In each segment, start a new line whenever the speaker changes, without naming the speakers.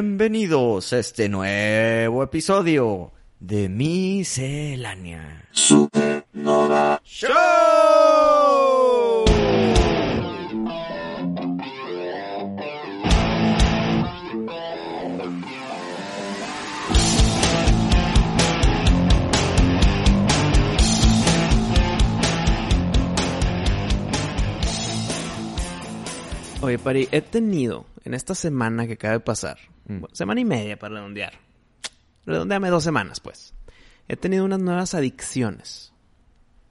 Bienvenidos a este nuevo episodio de Miscelánea
Supernova.
Show.
Oye, Pari, he tenido en esta semana que acaba de pasar, bueno, semana y media para redondear. Redondeame dos semanas, pues. He tenido unas nuevas adicciones.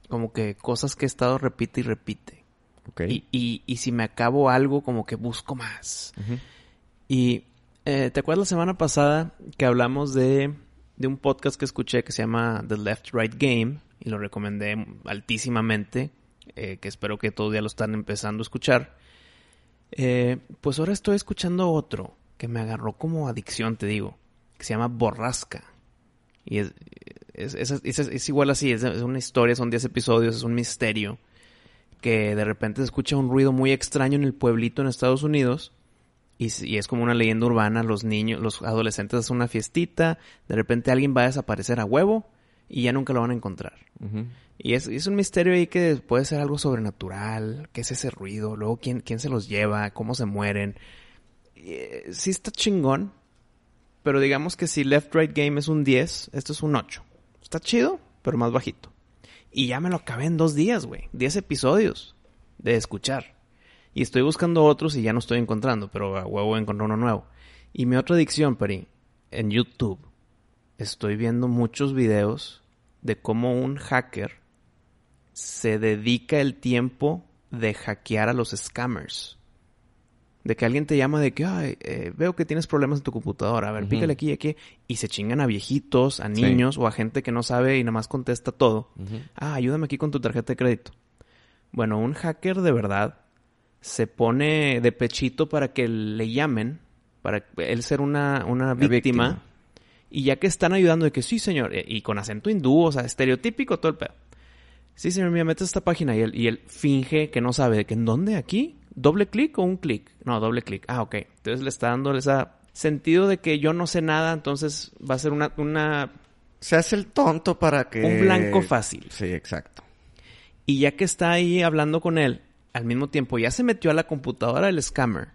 Como que cosas que he estado repite y repite.
Ok.
Y, y, y si me acabo algo, como que busco más.
Ujú.
Y eh, te acuerdas la semana pasada que hablamos de, de un podcast que escuché que se llama The Left Right Game y lo recomendé altísimamente, eh, que espero que todos ya lo están empezando a escuchar. Eh, pues ahora estoy escuchando otro que me agarró como adicción, te digo, que se llama Borrasca. Y es, es, es- es- es igual así, es, es una historia, son 10 episodios, es un misterio, que de repente se escucha un ruido muy extraño en el pueblito en Estados Unidos. Y, s- y es como una leyenda urbana, los niños, los adolescentes hacen una fiestita, de repente alguien va a desaparecer a huevo y ya nunca lo van a encontrar.
Ujú.
Y es, es un misterio ahí que puede ser algo sobrenatural, qué es ese ruido, luego quién, quién se los lleva, cómo se mueren. Eh, sí está chingón, pero digamos que si Left Right Game es un 10, esto es un 8. Está chido, pero más bajito. Y ya me lo acabé en dos días, güey. 10 episodios de escuchar. Y estoy buscando otros y ya no estoy encontrando, pero a huevo encontré uno nuevo. Y mi otra adicción, Peri, en YouTube, estoy viendo muchos videos de cómo un hacker se dedica el tiempo de hackear a los scammers. De que alguien te llama de que, "Ay, eh, veo que tienes problemas en tu computadora, a ver,
Ujú.
pícale aquí y aquí. Y se chingan a viejitos, a niños o a gente que no sabe y nada más contesta todo.
Ujú.
Ah, ayúdame aquí con tu tarjeta de crédito. Bueno, un hacker de verdad se pone de pechito para que le llamen, para él ser una, una víctima,
víctima.
Y ya que están ayudando de que sí, señor, y y con acento hindú, o sea, estereotípico, todo el pedo. Sí, señor, mira, mete esta página y él, y él finge que no sabe de que en dónde, aquí, doble clic o un clic. No, doble clic. Ah, ok. Entonces le está dando ese sentido de que yo no sé nada, entonces va a ser una, una
Se hace el tonto para que...
Un blanco fácil.
Sí, exacto.
Y ya que está ahí hablando con él, al mismo tiempo ya se metió a la computadora del scammer.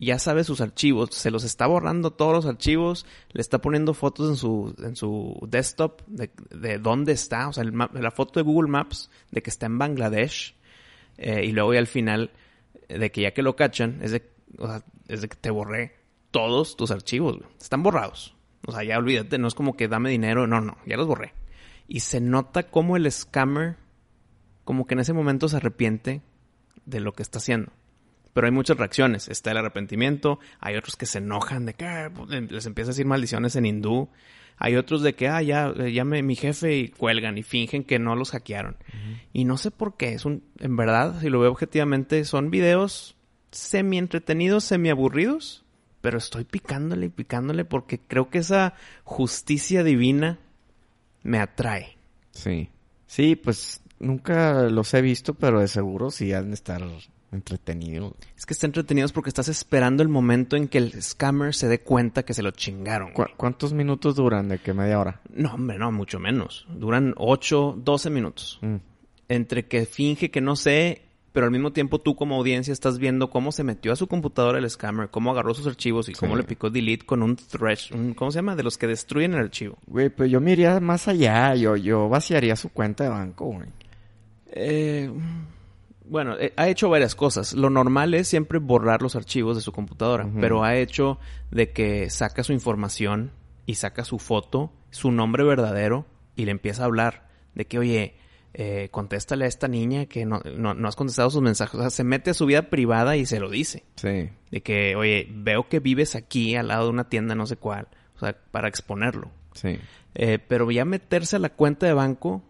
Ya sabe sus archivos, se los está borrando todos los archivos, le está poniendo fotos en su, en su desktop de, de dónde está, o sea, el ma- la foto de Google Maps de que está en Bangladesh. Eh, y luego ya al final, eh, de que ya que lo cachan, es de, o sea, es de que te borré todos tus archivos, güey. Están borrados. O sea, ya olvídate, no es como que dame dinero, no, no, ya los borré. Y se nota como el scammer como que en ese momento se arrepiente de lo que está haciendo. Pero hay muchas reacciones. Está el arrepentimiento, hay otros que se enojan de que "Ah", les empieza a decir maldiciones en hindú. Hay otros de que, ah, ya, eh, llame mi jefe y cuelgan y fingen que no los hackearon. Y no sé por qué. Es un, en verdad, si lo veo objetivamente, son videos semi entretenidos, semi aburridos. Pero estoy picándole y picándole porque creo que esa justicia divina me atrae.
Sí. Sí, pues nunca los he visto, pero de seguro sí han de estar entretenidos.
Es que está entretenidos porque estás esperando el momento en que el scammer se dé cuenta que se lo chingaron.
¿Cu-
güey.
¿Cuántos minutos duran? ¿De qué media hora?
No, hombre, no, mucho menos. Duran 8, 12 minutos.
Mm.
Entre que finge que no sé, pero al mismo tiempo tú como audiencia estás viendo cómo se metió a su computadora el scammer, cómo agarró sus archivos y cómo
Sí.
le picó delete con un thresh, un, ¿cómo se llama? De los que destruyen el archivo.
Güey, pero yo me iría más allá. Yo, yo vaciaría su cuenta de banco, güey.
Eh, bueno, eh, ha hecho varias cosas. Lo normal es siempre borrar los archivos de su computadora,
Ujú.
pero ha hecho de que saca su información y saca su foto, su nombre verdadero y le empieza a hablar de que, oye, eh, contéstale a esta niña que no, no- no has contestado sus mensajes. O sea, se mete a su vida privada y se lo dice.
Sí.
De que, oye, veo que vives aquí al lado de una tienda no sé cuál. O sea, para exponerlo.
Sí.
Eh, pero ya meterse a la cuenta de banco,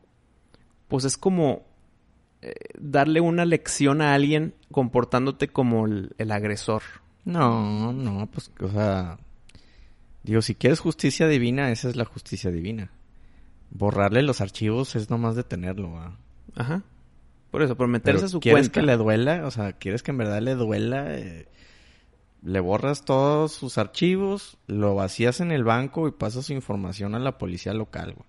pues es como eh, darle una lección a alguien comportándote como el, el agresor.
No, no, pues, o sea... Digo, si quieres justicia divina, esa es la justicia divina. Borrarle los archivos es nomás detenerlo, ¿va?
Ajá. Por eso, por meterse
Pero
a su
¿Quieres
cuenta.
que le duela? O sea, ¿quieres que en verdad le duela? Eh, Le borras todos sus archivos, lo vacías en el banco y pasas su información a la policía local, güey.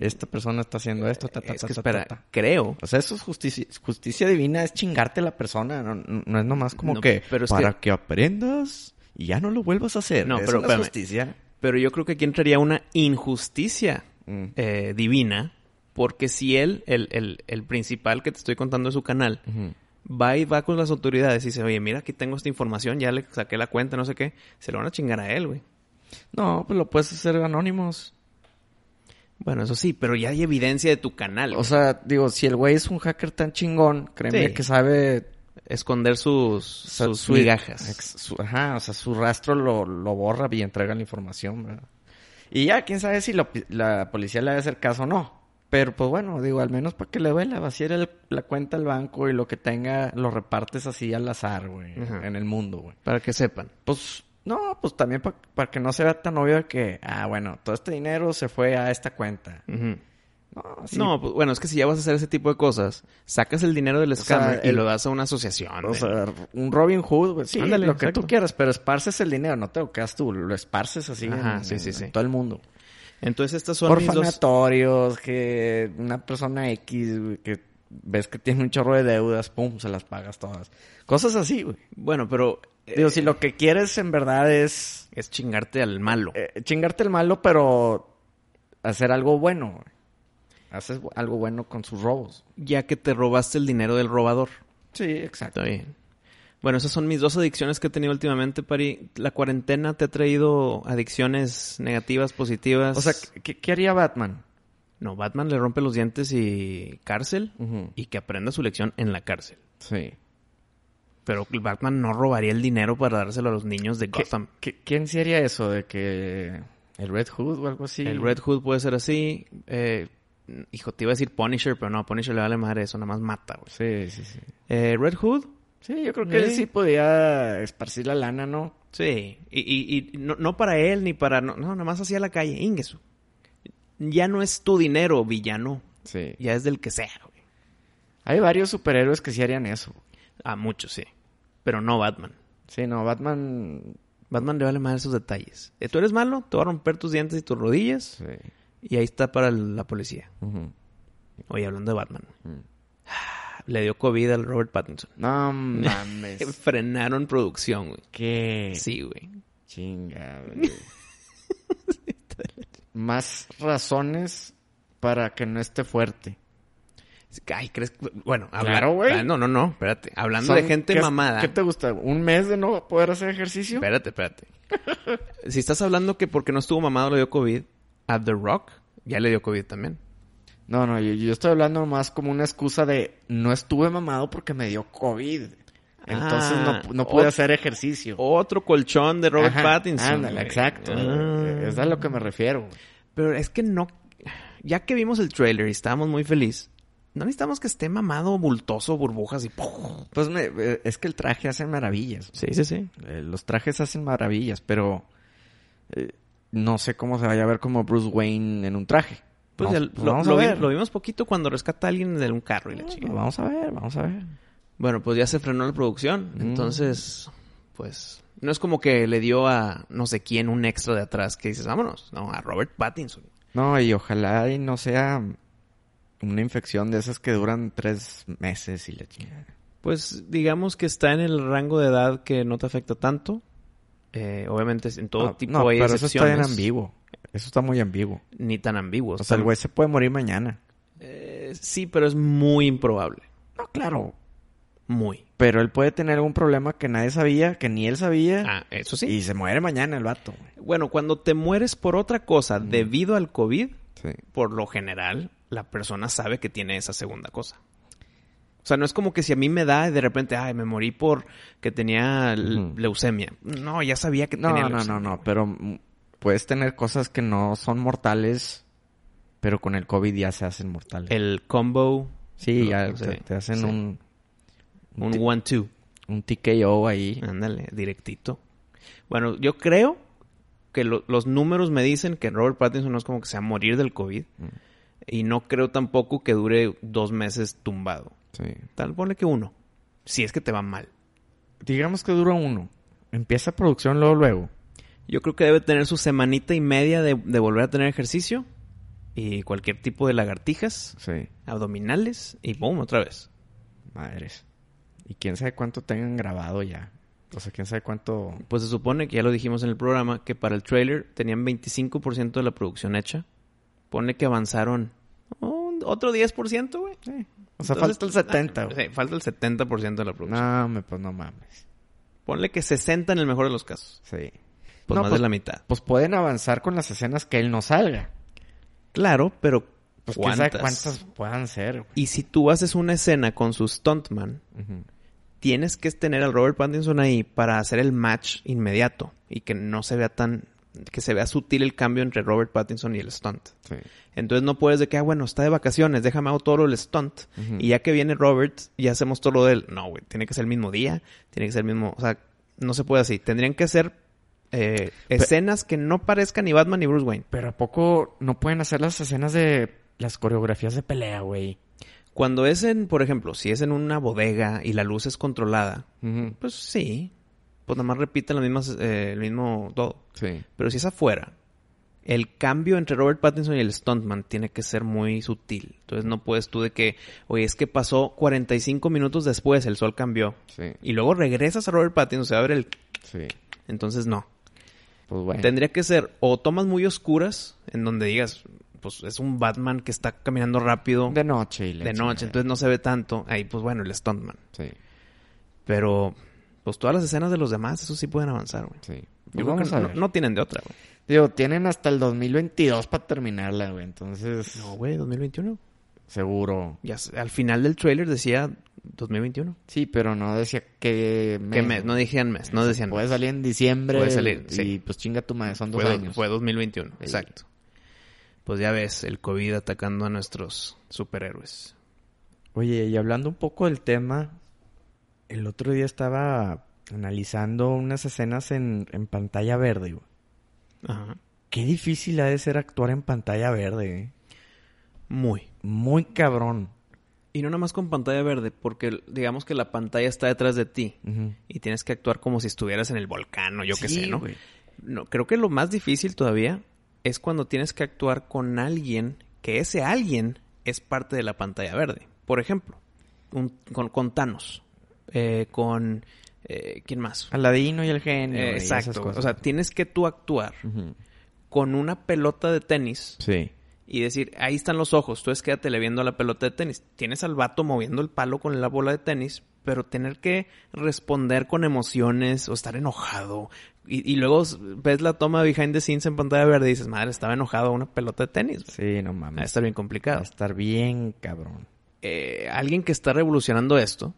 Esta persona está haciendo esto, ta, ta,
es
ta,
que
ta,
espera,
ta, ta.
creo.
O sea, eso es justicia, justicia divina, es chingarte a la persona. No, no- no es nomás como
No,
que
pero es
para que... aprendas y ya no lo vuelvas a hacer.
No,
es
pero
una
espérame.
justicia.
Pero yo creo que aquí entraría una injusticia
Mm.
eh, divina, porque si él, el, el- el principal que te estoy contando de su canal,
Ujú.
va y va con las autoridades y dice, oye, mira, aquí tengo esta información, ya le saqué la cuenta, no sé qué, se lo van a chingar a él, güey.
No, pues lo puedes hacer anónimos.
Bueno, eso sí, pero ya hay evidencia de tu canal.
O sea, digo, si el güey es un hacker tan chingón, créeme
Sí.
que sabe
esconder sus,
O sea,
sus
su-
migajas.
ex- su- ajá, o sea, su rastro lo, lo borra y entrega la información, ¿verdad? Y ya, quién sabe si lo pi- la policía le va a hacer caso o no. Pero pues bueno, digo, al menos para que le duela, vaciar el- la cuenta al banco y lo que tenga lo repartes así al azar, güey,
Ajá.
en el mundo, güey.
Para que sepan.
Pues no, pues también pa- para que no se vea tan obvio que, ah, bueno, todo este dinero se fue a esta cuenta.
Ujú.
No, así
No, pues, bueno, es que si ya vas a hacer ese tipo de cosas, sacas el dinero del
sea,
scammer y
el-
lo das a una asociación. eh.
O
güey.
sea, un Robin Hood, güey. Sí,
Ándale,
lo que
exacto.
tú quieras, pero esparces el dinero, no te lo quedas tú, lo esparces así
Ajá,
en,
sí, sí,
en
sí.
todo el mundo.
Entonces estas son mis dos...
Orfanatorios, que una persona X, güey, que ves que tiene un chorro de deudas, pum, se las pagas todas. Cosas así, güey.
Bueno, pero eh,
Digo, si lo que quieres en verdad es
es chingarte al malo.
eh, chingarte el malo, pero hacer algo bueno, güey. Haces bu- algo bueno con sus robos.
Ya que te robaste el dinero del robador.
Sí, exacto.
Está bien. Bueno, esas son mis dos adicciones que he tenido últimamente, Pari. ¿La cuarentena te ha traído adicciones negativas, positivas?
O sea, ¿qué, qué haría Batman?
No, Batman le rompe los dientes y cárcel.
Ujú.
Y que aprenda su lección en la cárcel.
Sí.
Pero Batman no robaría el dinero para dárselo a los niños de
¿Qué-
Gotham.
qué- ¿Quién sería eso? ¿De que el Red Hood o algo así?
El Red Hood puede ser así. eh, hijo, te iba a decir Punisher, pero no, a Punisher le vale madre eso, nada más mata, güey.
Sí, sí, ¿Eh? sí.
Eh, Red Hood,
Sí, yo creo que él
Sí.
sí podía esparcir la lana, ¿no?
sí. Y, y- y no, no para él ni para. No, no, nada más hacia la calle, Ingesu. Ya no es tu dinero, villano.
Sí.
Ya es del que sea, güey.
Hay varios superhéroes que sí harían eso.
A muchos, sí. Pero no Batman.
Sí, no, Batman...
Batman le vale madre esos detalles. Eh, Tú eres malo, te va a romper tus dientes y tus rodillas.
Sí.
Y ahí está para el- la policía. Oye, hablando de Batman.
Mm.
Le dio COVID al Robert Pattinson.
No mames.
Frenaron producción, güey.
¿Qué?
Sí, güey.
Chinga, güey. Más razones para que no esté fuerte.
Ay, ¿crees? que- Bueno,
Claro, güey.
Ah, No, no, no. Espérate. Hablando
Son-
de gente
¿qué-
mamada.
¿Qué te gusta? ¿Un mes de no poder hacer ejercicio?
Espérate, espérate. si estás hablando que porque no estuvo mamado le dio COVID, a The Rock ya le dio COVID también.
No, no, yo, yo estoy hablando más como una excusa de no estuve mamado porque me dio COVID. Entonces
Ah,
no, no pude
ot-
hacer ejercicio.
Otro colchón de Robert
Ajá,
Pattinson.
ándale,
güey.
exacto.
Ah.
Es a lo que me refiero. güey.
Pero es que no. Ya que vimos el trailer y estábamos muy feliz, no necesitamos que esté mamado, bultoso, burbujas y. ¡pum!
Pues me- eh, es que el traje hace maravillas.
Sí, sí, sí.
Eh, los trajes hacen maravillas, pero eh, no sé cómo se vaya a ver como Bruce Wayne en un traje.
Pues
vamos,
el-
pues
lo,
vamos
lo
a
vi-
ver.
lo vimos poquito cuando rescata a alguien de un carro y la
Eh,
chica.
Vamos a ver, vamos a ver.
Bueno, pues ya se frenó la producción.
Mm.
Entonces, pues. No es como que le dio a no sé quién un extra de atrás que dices, vámonos. No, a Robert Pattinson.
No, y ojalá y no sea una infección de esas que duran tres meses y la chingada.
Pues digamos que está en el rango de edad que no te afecta tanto. Eh, obviamente, en todo
Ah,
tipo
no,
hay
pero eso está bien
excepciones.
ambiguo. Eso está muy ambiguo.
Ni tan ambiguos.
O sea, el güey se puede morir mañana.
Eh, sí, pero es muy improbable.
No, claro.
Muy.
Pero él puede tener algún problema que nadie sabía, que ni él sabía.
Ah, eso sí.
Y se muere mañana el vato. güey.
Bueno, cuando te mueres por otra cosa debido al COVID,
Sí.
por lo general, la persona sabe que tiene esa segunda cosa. O sea, no es como que si a mí me da y de repente, ay, me morí por que tenía l-
Ujú.
leucemia. No, ya sabía que
No,
tenía
no, no,
leucemia.
no. Pero mm, puedes tener cosas que no son mortales, pero con el COVID ya se hacen mortales.
El combo,
Sí,
Lo-
ya
sí,
te, te hacen
sí.
un, un,
un
ti-
one-two.
un TKO ahí.
Ándale, directito. Bueno, yo creo que lo- los números me dicen que Robert Pattinson no es como que se va a morir del COVID.
Mm.
Y no creo tampoco que dure dos meses tumbado.
Sí.
Tal, ponle que uno. Si es que te va mal.
Digamos que dura uno. Empieza producción luego, luego.
Yo creo que debe tener su semanita y media de, de volver a tener ejercicio y cualquier tipo de lagartijas,
Sí.
abdominales y boom, otra vez.
Madres. Y quién sabe cuánto tengan grabado ya. O sea, quién sabe cuánto.
Pues se supone que ya lo dijimos en el programa que para el trailer tenían 25% de la producción hecha. Pone que avanzaron un- otro 10%, güey.
Sí. O sea,
Entonces,
falta el 70, güey.
Sí, falta el 70% de la producción.
No, me- pues no mames.
Ponle que 60 en el mejor de los casos.
Sí.
Pues
No,
más
pues-
de la mitad.
Pues pueden avanzar con las escenas que él no salga.
Claro, pero
Pues quién
¿cuántas?
sabe cuántas puedan ser, güey.
Y si tú haces una escena con su stuntman,
Ujú.
tienes que tener al Robert Pattinson ahí para hacer el match inmediato y que no se vea tan que se vea sutil el cambio entre Robert Pattinson y el stunt.
Sí.
Entonces no puedes de que, ah, bueno, está de vacaciones, déjame hago todo el stunt.
Ujú.
Y ya que viene Robert, ya hacemos todo lo de él. No, güey, tiene que ser el mismo día, tiene que ser el mismo... O sea, no se puede así. Tendrían que ser eh, escenas que no parezcan ni Batman ni Bruce Wayne.
Pero ¿a poco no pueden hacer las escenas de las coreografías de pelea, güey?
Cuando es en, por ejemplo, si es en una bodega y la luz es controlada,
Ujú.
pues sí. Pues nada más repiten las mismas, eh, el mismo todo.
Sí.
Pero si es afuera, el cambio entre Robert Pattinson y el Stuntman tiene que ser muy sutil. Entonces no puedes tú de que, oye, es que pasó 45 minutos después, el sol cambió.
Sí.
Y luego regresas a Robert Pattinson, se va a ver el...
Sí.
Entonces no.
Pues bueno.
Tendría que ser o tomas muy oscuras, en donde digas, pues es un Batman que está caminando rápido de,
De noche. y la
noche,
chingada.
entonces no se ve tanto. Ahí pues bueno, el Stuntman.
Sí.
Pero pues todas las escenas de los demás, eso sí pueden avanzar, güey.
Sí.
Yo
Pues
creo que
vamos a
no,
ver.
no tienen de otra, güey.
Digo, tienen hasta el 2022 para terminarla, güey. Entonces,
No, güey, 2021.
seguro.
Ya sé, al final del trailer decía 2021.
Sí, pero no decía que
¿Qué mes? No decían mes, no decían
Puede
mes.
salir en diciembre.
Puede salir,
y
sí.
pues chinga tu madre, son dos
fue, do-
años.
fue 2021,
Sí.
exacto. Pues ya ves, el COVID atacando a nuestros superhéroes.
Oye, y hablando un poco del tema, el otro día estaba analizando unas escenas en, en pantalla verde, güey.
Ajá.
Qué difícil ha de ser actuar en pantalla verde, eh.
Muy.
Muy cabrón.
Y no nada más con pantalla verde, porque digamos que la pantalla está detrás de ti
Ujú.
y tienes que actuar como si estuvieras en el volcán o yo qué
Sí,
sé, ¿no?
güey.
No, creo que lo más difícil todavía es cuando tienes que actuar con alguien que ese alguien es parte de la pantalla verde. Por ejemplo, un- con, con Thanos, eh, con... eh, ¿Quién más?
Aladino y el
Eh,
genio. güey, esas
exacto.
cosas.
O sea, tienes que tú actuar
Ujú.
con una pelota de tenis
Sí.
y decir, ahí están los ojos, tú es quédate le viendo a la pelota de tenis. Tienes al vato moviendo el palo con la bola de tenis, pero tener que responder con emociones o estar enojado. Y, y luego s- ves la toma behind the scenes en pantalla verde y dices, madre, estaba enojado a una pelota de tenis.
Sí, no
Va a
mames.
estar bien
Va a
complicado.
estar bien cabrón.
Eh, alguien que está revolucionando esto,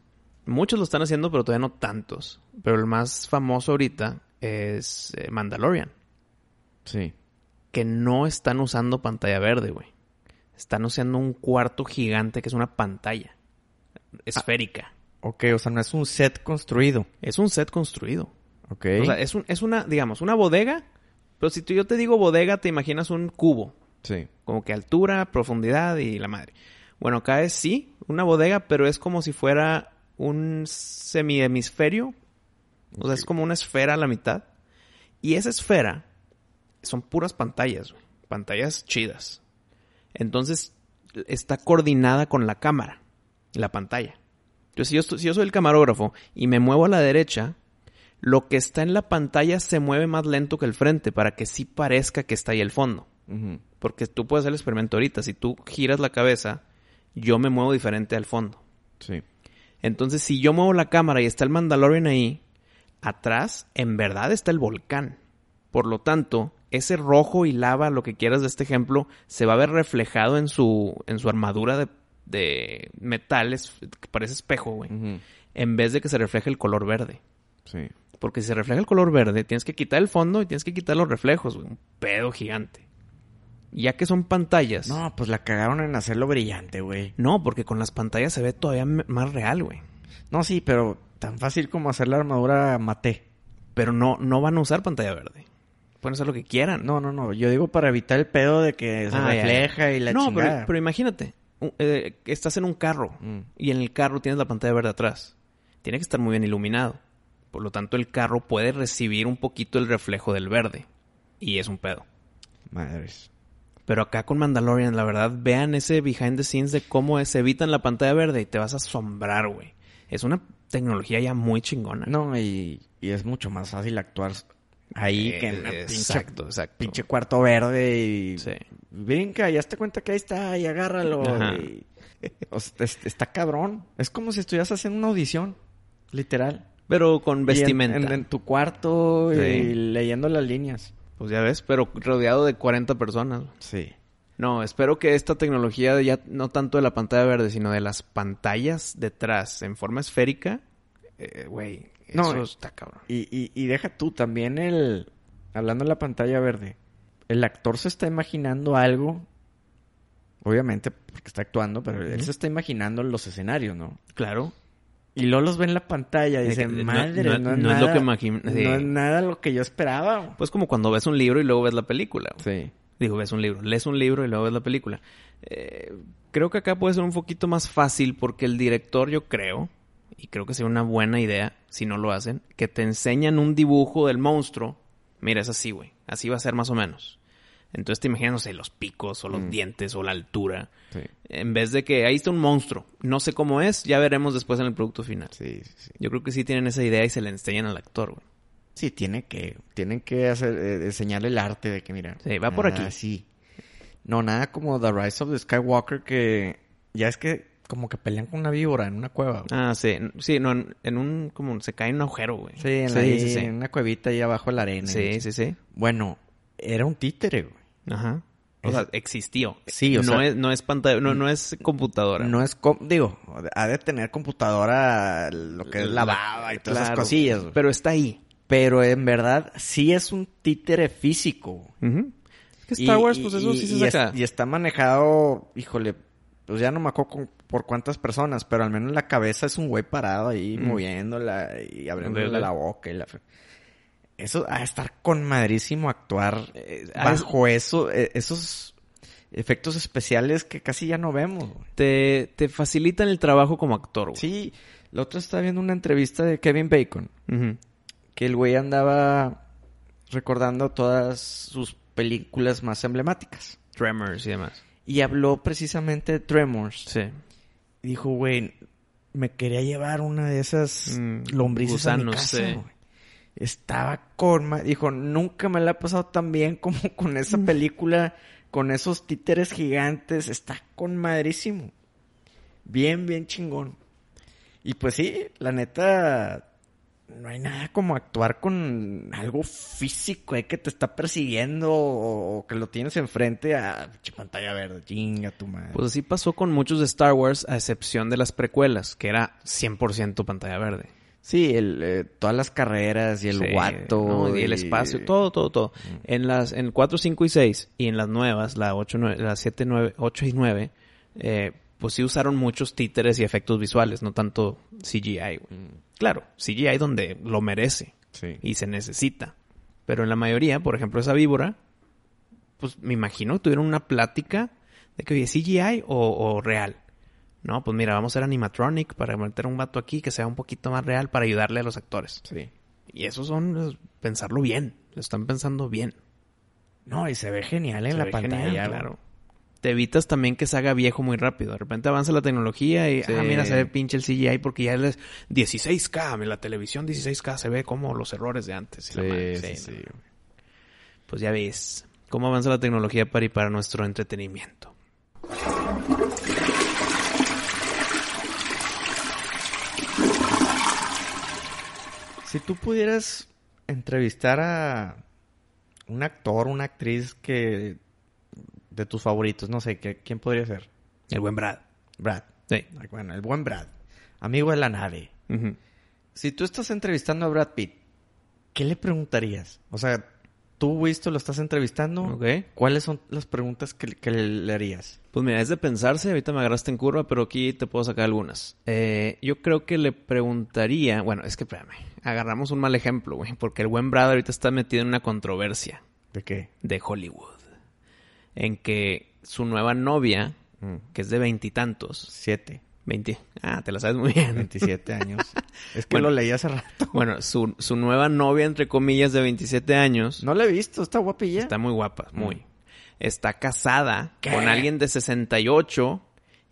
muchos lo están haciendo, pero todavía no tantos. Pero el más famoso ahorita es eh, Mandalorian
Sí.
que no están usando pantalla verde, güey. Están usando un cuarto gigante que es una pantalla esférica.
Ok, o sea, no es un set construido.
Ah. Es un set construido.
Ok.
O sea, es, un- es una, digamos, una bodega. Pero si tú, yo te digo bodega, te imaginas un cubo.
sí.
Como que altura, profundidad y la madre. Bueno, acá es sí, una bodega, pero es como si fuera un semihemisferio. O sea, es como una esfera a la mitad. Y esa esfera son puras pantallas, güey. Pantallas chidas. Entonces, está coordinada con la cámara, la pantalla. Entonces, si yo, estu- si yo soy el camarógrafo y me muevo a la derecha, lo que está en la pantalla se mueve más lento que el frente para que sí parezca que está ahí el fondo.
Ujú.
Porque tú puedes hacer el experimento ahorita. Si tú giras la cabeza, yo me muevo diferente al fondo.
Sí.
Entonces, si yo muevo la cámara y está el Mandalorian ahí, atrás en verdad está el volcán. Por lo tanto, ese rojo y lava, lo que quieras de este ejemplo, se va a ver reflejado en su, en su armadura de, de metal, es- que parece espejo, güey.
Ujú.
En vez de que se refleje el color verde.
Sí.
Porque si se refleja el color verde, tienes que quitar el fondo y tienes que quitar los reflejos, güey. Un pedo gigante. Ya que son pantallas.
No, pues la cagaron en hacerlo brillante, güey.
No, porque con las pantallas se ve todavía me- más real, güey.
No, sí, pero tan fácil como hacer la armadura maté.
Pero no, no van a usar pantalla verde. Pueden hacer lo que quieran.
No, no, no. Yo digo para evitar el pedo de que se
Ah, ya, ya.
refleja y la
No, pero,
chingada.
pero imagínate. u- eh, que estás en un carro
Mm.
y en el carro tienes la pantalla verde atrás. Tiene que estar muy bien iluminado. Por lo tanto, el carro puede recibir un poquito el reflejo del verde. Y es un pedo.
Madres.
Pero acá con Mandalorian, la verdad, vean ese behind the scenes de cómo se evitan la pantalla verde y te vas a asombrar, güey. Es una tecnología ya muy chingona.
No, y, y es mucho más fácil actuar ahí
Eh,
que en la pinche,
exacto, exacto.
pinche cuarto verde y
Sí.
brinca y hazte cuenta que ahí está y agárralo.
Ajá.
y- o sea, es- está cabrón. Es como si estuvieras haciendo una audición, literal.
Pero con
Y en-
vestimenta.
En, en tu cuarto
Sí.
y leyendo las líneas.
Pues ya ves, pero rodeado de 40 personas.
Sí.
No, espero que esta tecnología ya no tanto de la pantalla verde, sino de las pantallas detrás en forma esférica, eh, güey,
No,
eso
eh.
está cabrón.
Y, y, y deja tú también el. Hablando de la pantalla verde. El actor se está imaginando algo. Obviamente, porque está actuando, pero él
Ujú.
se está imaginando los escenarios, ¿no?
Claro.
Y luego los ve en la pantalla y
De
dice,
que no-
madre,
no-
no, es,
no es
nada,
lo que imagin- sí.
No es nada lo que yo esperaba. güey".
Pues como cuando ves un libro y luego ves la película. güey.
Sí.
Digo, ves un libro, lees un libro y luego ves la película. Eh, creo que acá puede ser un poquito más fácil porque el director, yo creo, y creo que sería una buena idea, si no lo hacen, que te enseñan un dibujo del monstruo. Mira, es así, güey. Así va a ser más o menos. Entonces te imaginas, no sé, los picos o los
Mm.
dientes o la altura.
Sí.
En vez de que ahí está un monstruo. No sé cómo es, ya veremos después en el producto final.
Sí, sí, sí.
Yo creo que sí tienen esa idea y se la enseñan al actor, güey.
Sí, tiene que, tienen que hacer, eh, enseñar el arte de que, mira.
Sí, va por
nada
aquí.
así. No, nada como The Rise of the Skywalker que ya es que como que pelean con una víbora en una cueva. güey.
Ah, sí. Sí, no, en, en un... como se cae en un agujero, güey.
Sí, en, la-
sí,
ahí,
sí, sí.
en una cuevita ahí abajo de la arena.
Sí, sí, sí.
Bueno, era un títere, güey.
Ajá. O
Es-
sea, existió.
Sí, o
no
sea-
Es, no es pantalla, no, no es computadora.
No es, com- digo, ha de tener computadora lo que es la
La-
baba y todas esas
claro,
cosillas. güey.
Pero está ahí.
Pero en verdad sí es un títere físico.
Es que Star
Y-
Wars,
y-
pues eso
y-
sí
y
se
es-
saca.
y está manejado, híjole, pues ya no me acuerdo con- por cuántas personas, pero al menos la cabeza es un güey parado ahí
Mm.
moviéndola y abriéndole
Ándale.
la boca y la... fre- Eso, a estar con madrísimo actuar
Eh, ah, es-
bajo eso, eh, esos efectos especiales que casi ya no vemos. güey.
Te, te facilitan el trabajo como actor, güey.
Sí, la otra estaba viendo una entrevista de Kevin Bacon,
Ujú.
que el güey andaba recordando todas sus películas más emblemáticas.
Tremors y demás.
Y habló precisamente de Tremors.
Sí.
Y Dijo, güey, me quería llevar una de esas
Mm,
lombrices a mi
gusanos,
casa,
sí.
güey. Estaba con... ma- Dijo, nunca me la he pasado tan bien como con esa película, con esos títeres gigantes. Está con madrísimo. Bien, bien chingón. Y pues sí, la neta... No hay nada como actuar con algo físico, eh, que te está persiguiendo o, o que lo tienes enfrente a pinche pantalla verde, chinga tu madre.
Pues así pasó con muchos de Star Wars, a excepción de las precuelas, que era 100% pantalla verde.
Sí, el, eh, todas las carreras y el
Sí,
guato. Mm.
¿no? Y el espacio, todo, todo, todo. En las en 4, 5 y 6 y en las nuevas, la 8, 9, la 7, 9, 8 y 9, eh, pues sí usaron muchos títeres y efectos visuales, no tanto CGI. güey.
Mm.
Claro, CGI donde lo merece
Sí.
y se necesita. Pero en la mayoría, por ejemplo, esa víbora, pues me imagino que tuvieron una plática de que, oye, CGI o, o real. No, pues mira, vamos a hacer animatronic para meter un vato aquí que sea un poquito más real para ayudarle a los actores.
sí.
Y eso son es, pensarlo bien. Lo están pensando bien.
No, y se ve genial en
Se
la
ve
pantalla.
genial,
güey.
claro. Te evitas también que se haga viejo muy rápido. De repente avanza la tecnología y,
Sí.
ah, mira, se ve pinche el CGI porque ya es 16K. En la televisión 16K se ve como los errores de antes. y la madre. Sí, no. Pues ya ves cómo avanza la tecnología para y para nuestro entretenimiento.
Si tú pudieras entrevistar a un actor, una actriz que de tus favoritos, no sé, ¿qué- ¿quién podría ser?
El buen Brad.
Brad.
Sí.
Bueno, el buen Brad. Amigo de la nave.
Ujú.
Si tú estás entrevistando a Brad Pitt, ¿qué le preguntarías? O sea, tú, Wisto, lo estás entrevistando.
Ok.
¿Cuáles son las preguntas que, que le harías?
Pues mira, es de pensarse, ahorita me agarraste en curva, pero aquí te puedo sacar algunas. Eh, yo creo que le preguntaría, bueno, es que espérame, agarramos un mal ejemplo, güey, porque el buen Brad ahorita está metido en una controversia
¿De qué?
de Hollywood, en que su nueva novia, que es de veintitantos,
Siete.
20. Ah, te la sabes muy bien.
27 años. Es que
Bueno.
lo leí hace rato.
Bueno, su, su nueva novia, entre comillas, de 27 años.
No la he visto, está guapilla.
Está muy guapa, muy.
Mm.
Está casada
¿Qué?
con alguien de 68.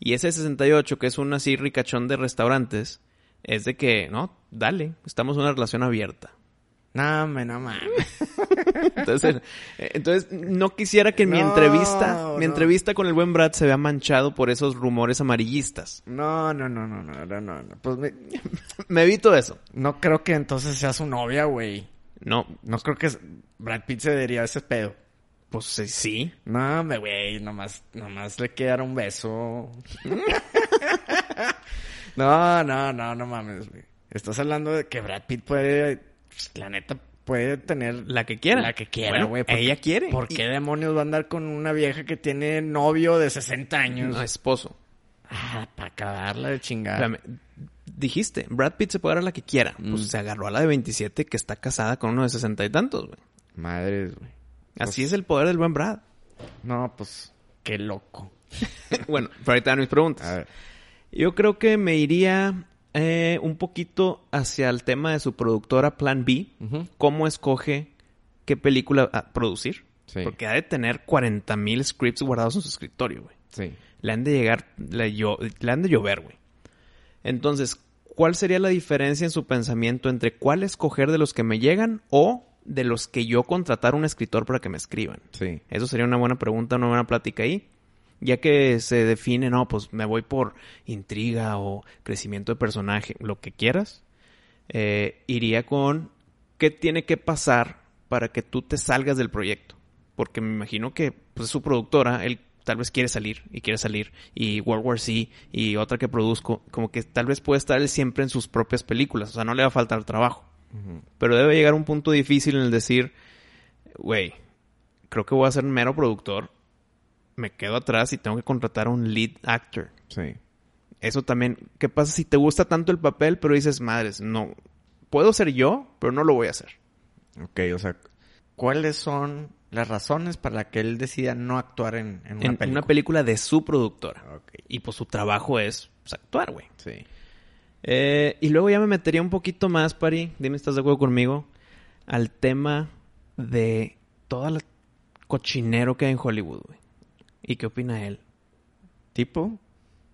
Y ese 68, que es un así ricachón de restaurantes, es de que, no, dale, estamos en una relación abierta.
No, me no mames.
Entonces, eh, entonces no quisiera que mi
No,
entrevista, mi
no.
entrevista con el buen Brad se vea manchado por esos rumores amarillistas.
No, no, no, no, no, no, no, no. Pues me-
Me evito eso.
no creo que entonces sea su novia, güey.
No,
No creo que es- Brad Pitt se debería a ese pedo.
pues sí, sí.
No, me güey, nomás, nomás le quedara un beso. no, no, no, no mames, güey. Estás hablando de que Brad Pitt puede, pues, la neta, puede tener
La que quiera.
La que quiera,
Bueno,
güey, porque-
ella quiere.
¿Por qué demonios va a andar con una vieja que tiene novio de 60
Y-
años?
No, esposo.
Ah, para acabarla de chingada.
Espérame, Dijiste, Brad Pitt se puede agarrar a la que quiera. Pues
Mm.
se agarró a la de 27 que está casada con uno de 60 y tantos, güey.
Madres, güey.
Así es el poder del buen Brad.
No, pues, qué loco.
bueno, pero ahorita van mis preguntas.
A ver.
Ah. Yo creo que me iría eh, un poquito hacia el tema de su productora Plan B.
Ujú.
Cómo escoge qué película ah, producir.
Sí.
Porque ha de tener 40.000 mil scripts guardados en su escritorio, güey.
Sí.
Le han de llegar, le, llo- le han de llover, güey. Entonces, ¿cuál sería la diferencia en su pensamiento entre cuál escoger de los que me llegan o de los que yo contratar a un escritor para que me escriban?
Sí.
Eso sería una buena pregunta, una buena plática ahí. Ya que se define, no, pues me voy por intriga o crecimiento de personaje, lo que quieras. eh, iría con qué tiene que pasar para que tú te salgas del proyecto. Porque me imagino que pues, su productora, él tal vez quiere salir y quiere salir. Y World War Z y otra que produzco, como que tal vez puede estar él siempre en sus propias películas. O sea, no le va a faltar trabajo.
Ujú.
Pero debe llegar un punto difícil en el decir, güey, creo que voy a ser mero productor, me quedo atrás y tengo que contratar a un lead actor.
Sí.
Eso también, ¿qué pasa si te gusta tanto el papel, pero dices, madres, no, puedo ser yo, pero no lo voy a hacer?
Ok, o sea, ¿cuáles son las razones para las que él decida no actuar en, en una
en
película?
una película de su productora.
Ok,
Y pues su trabajo es pues, actuar, güey.
sí.
Eh, y luego ya me metería un poquito más, Pari, dime si estás de acuerdo conmigo, al tema de todo el cochinero que hay en Hollywood, güey. ¿Y qué opina él?
¿Tipo?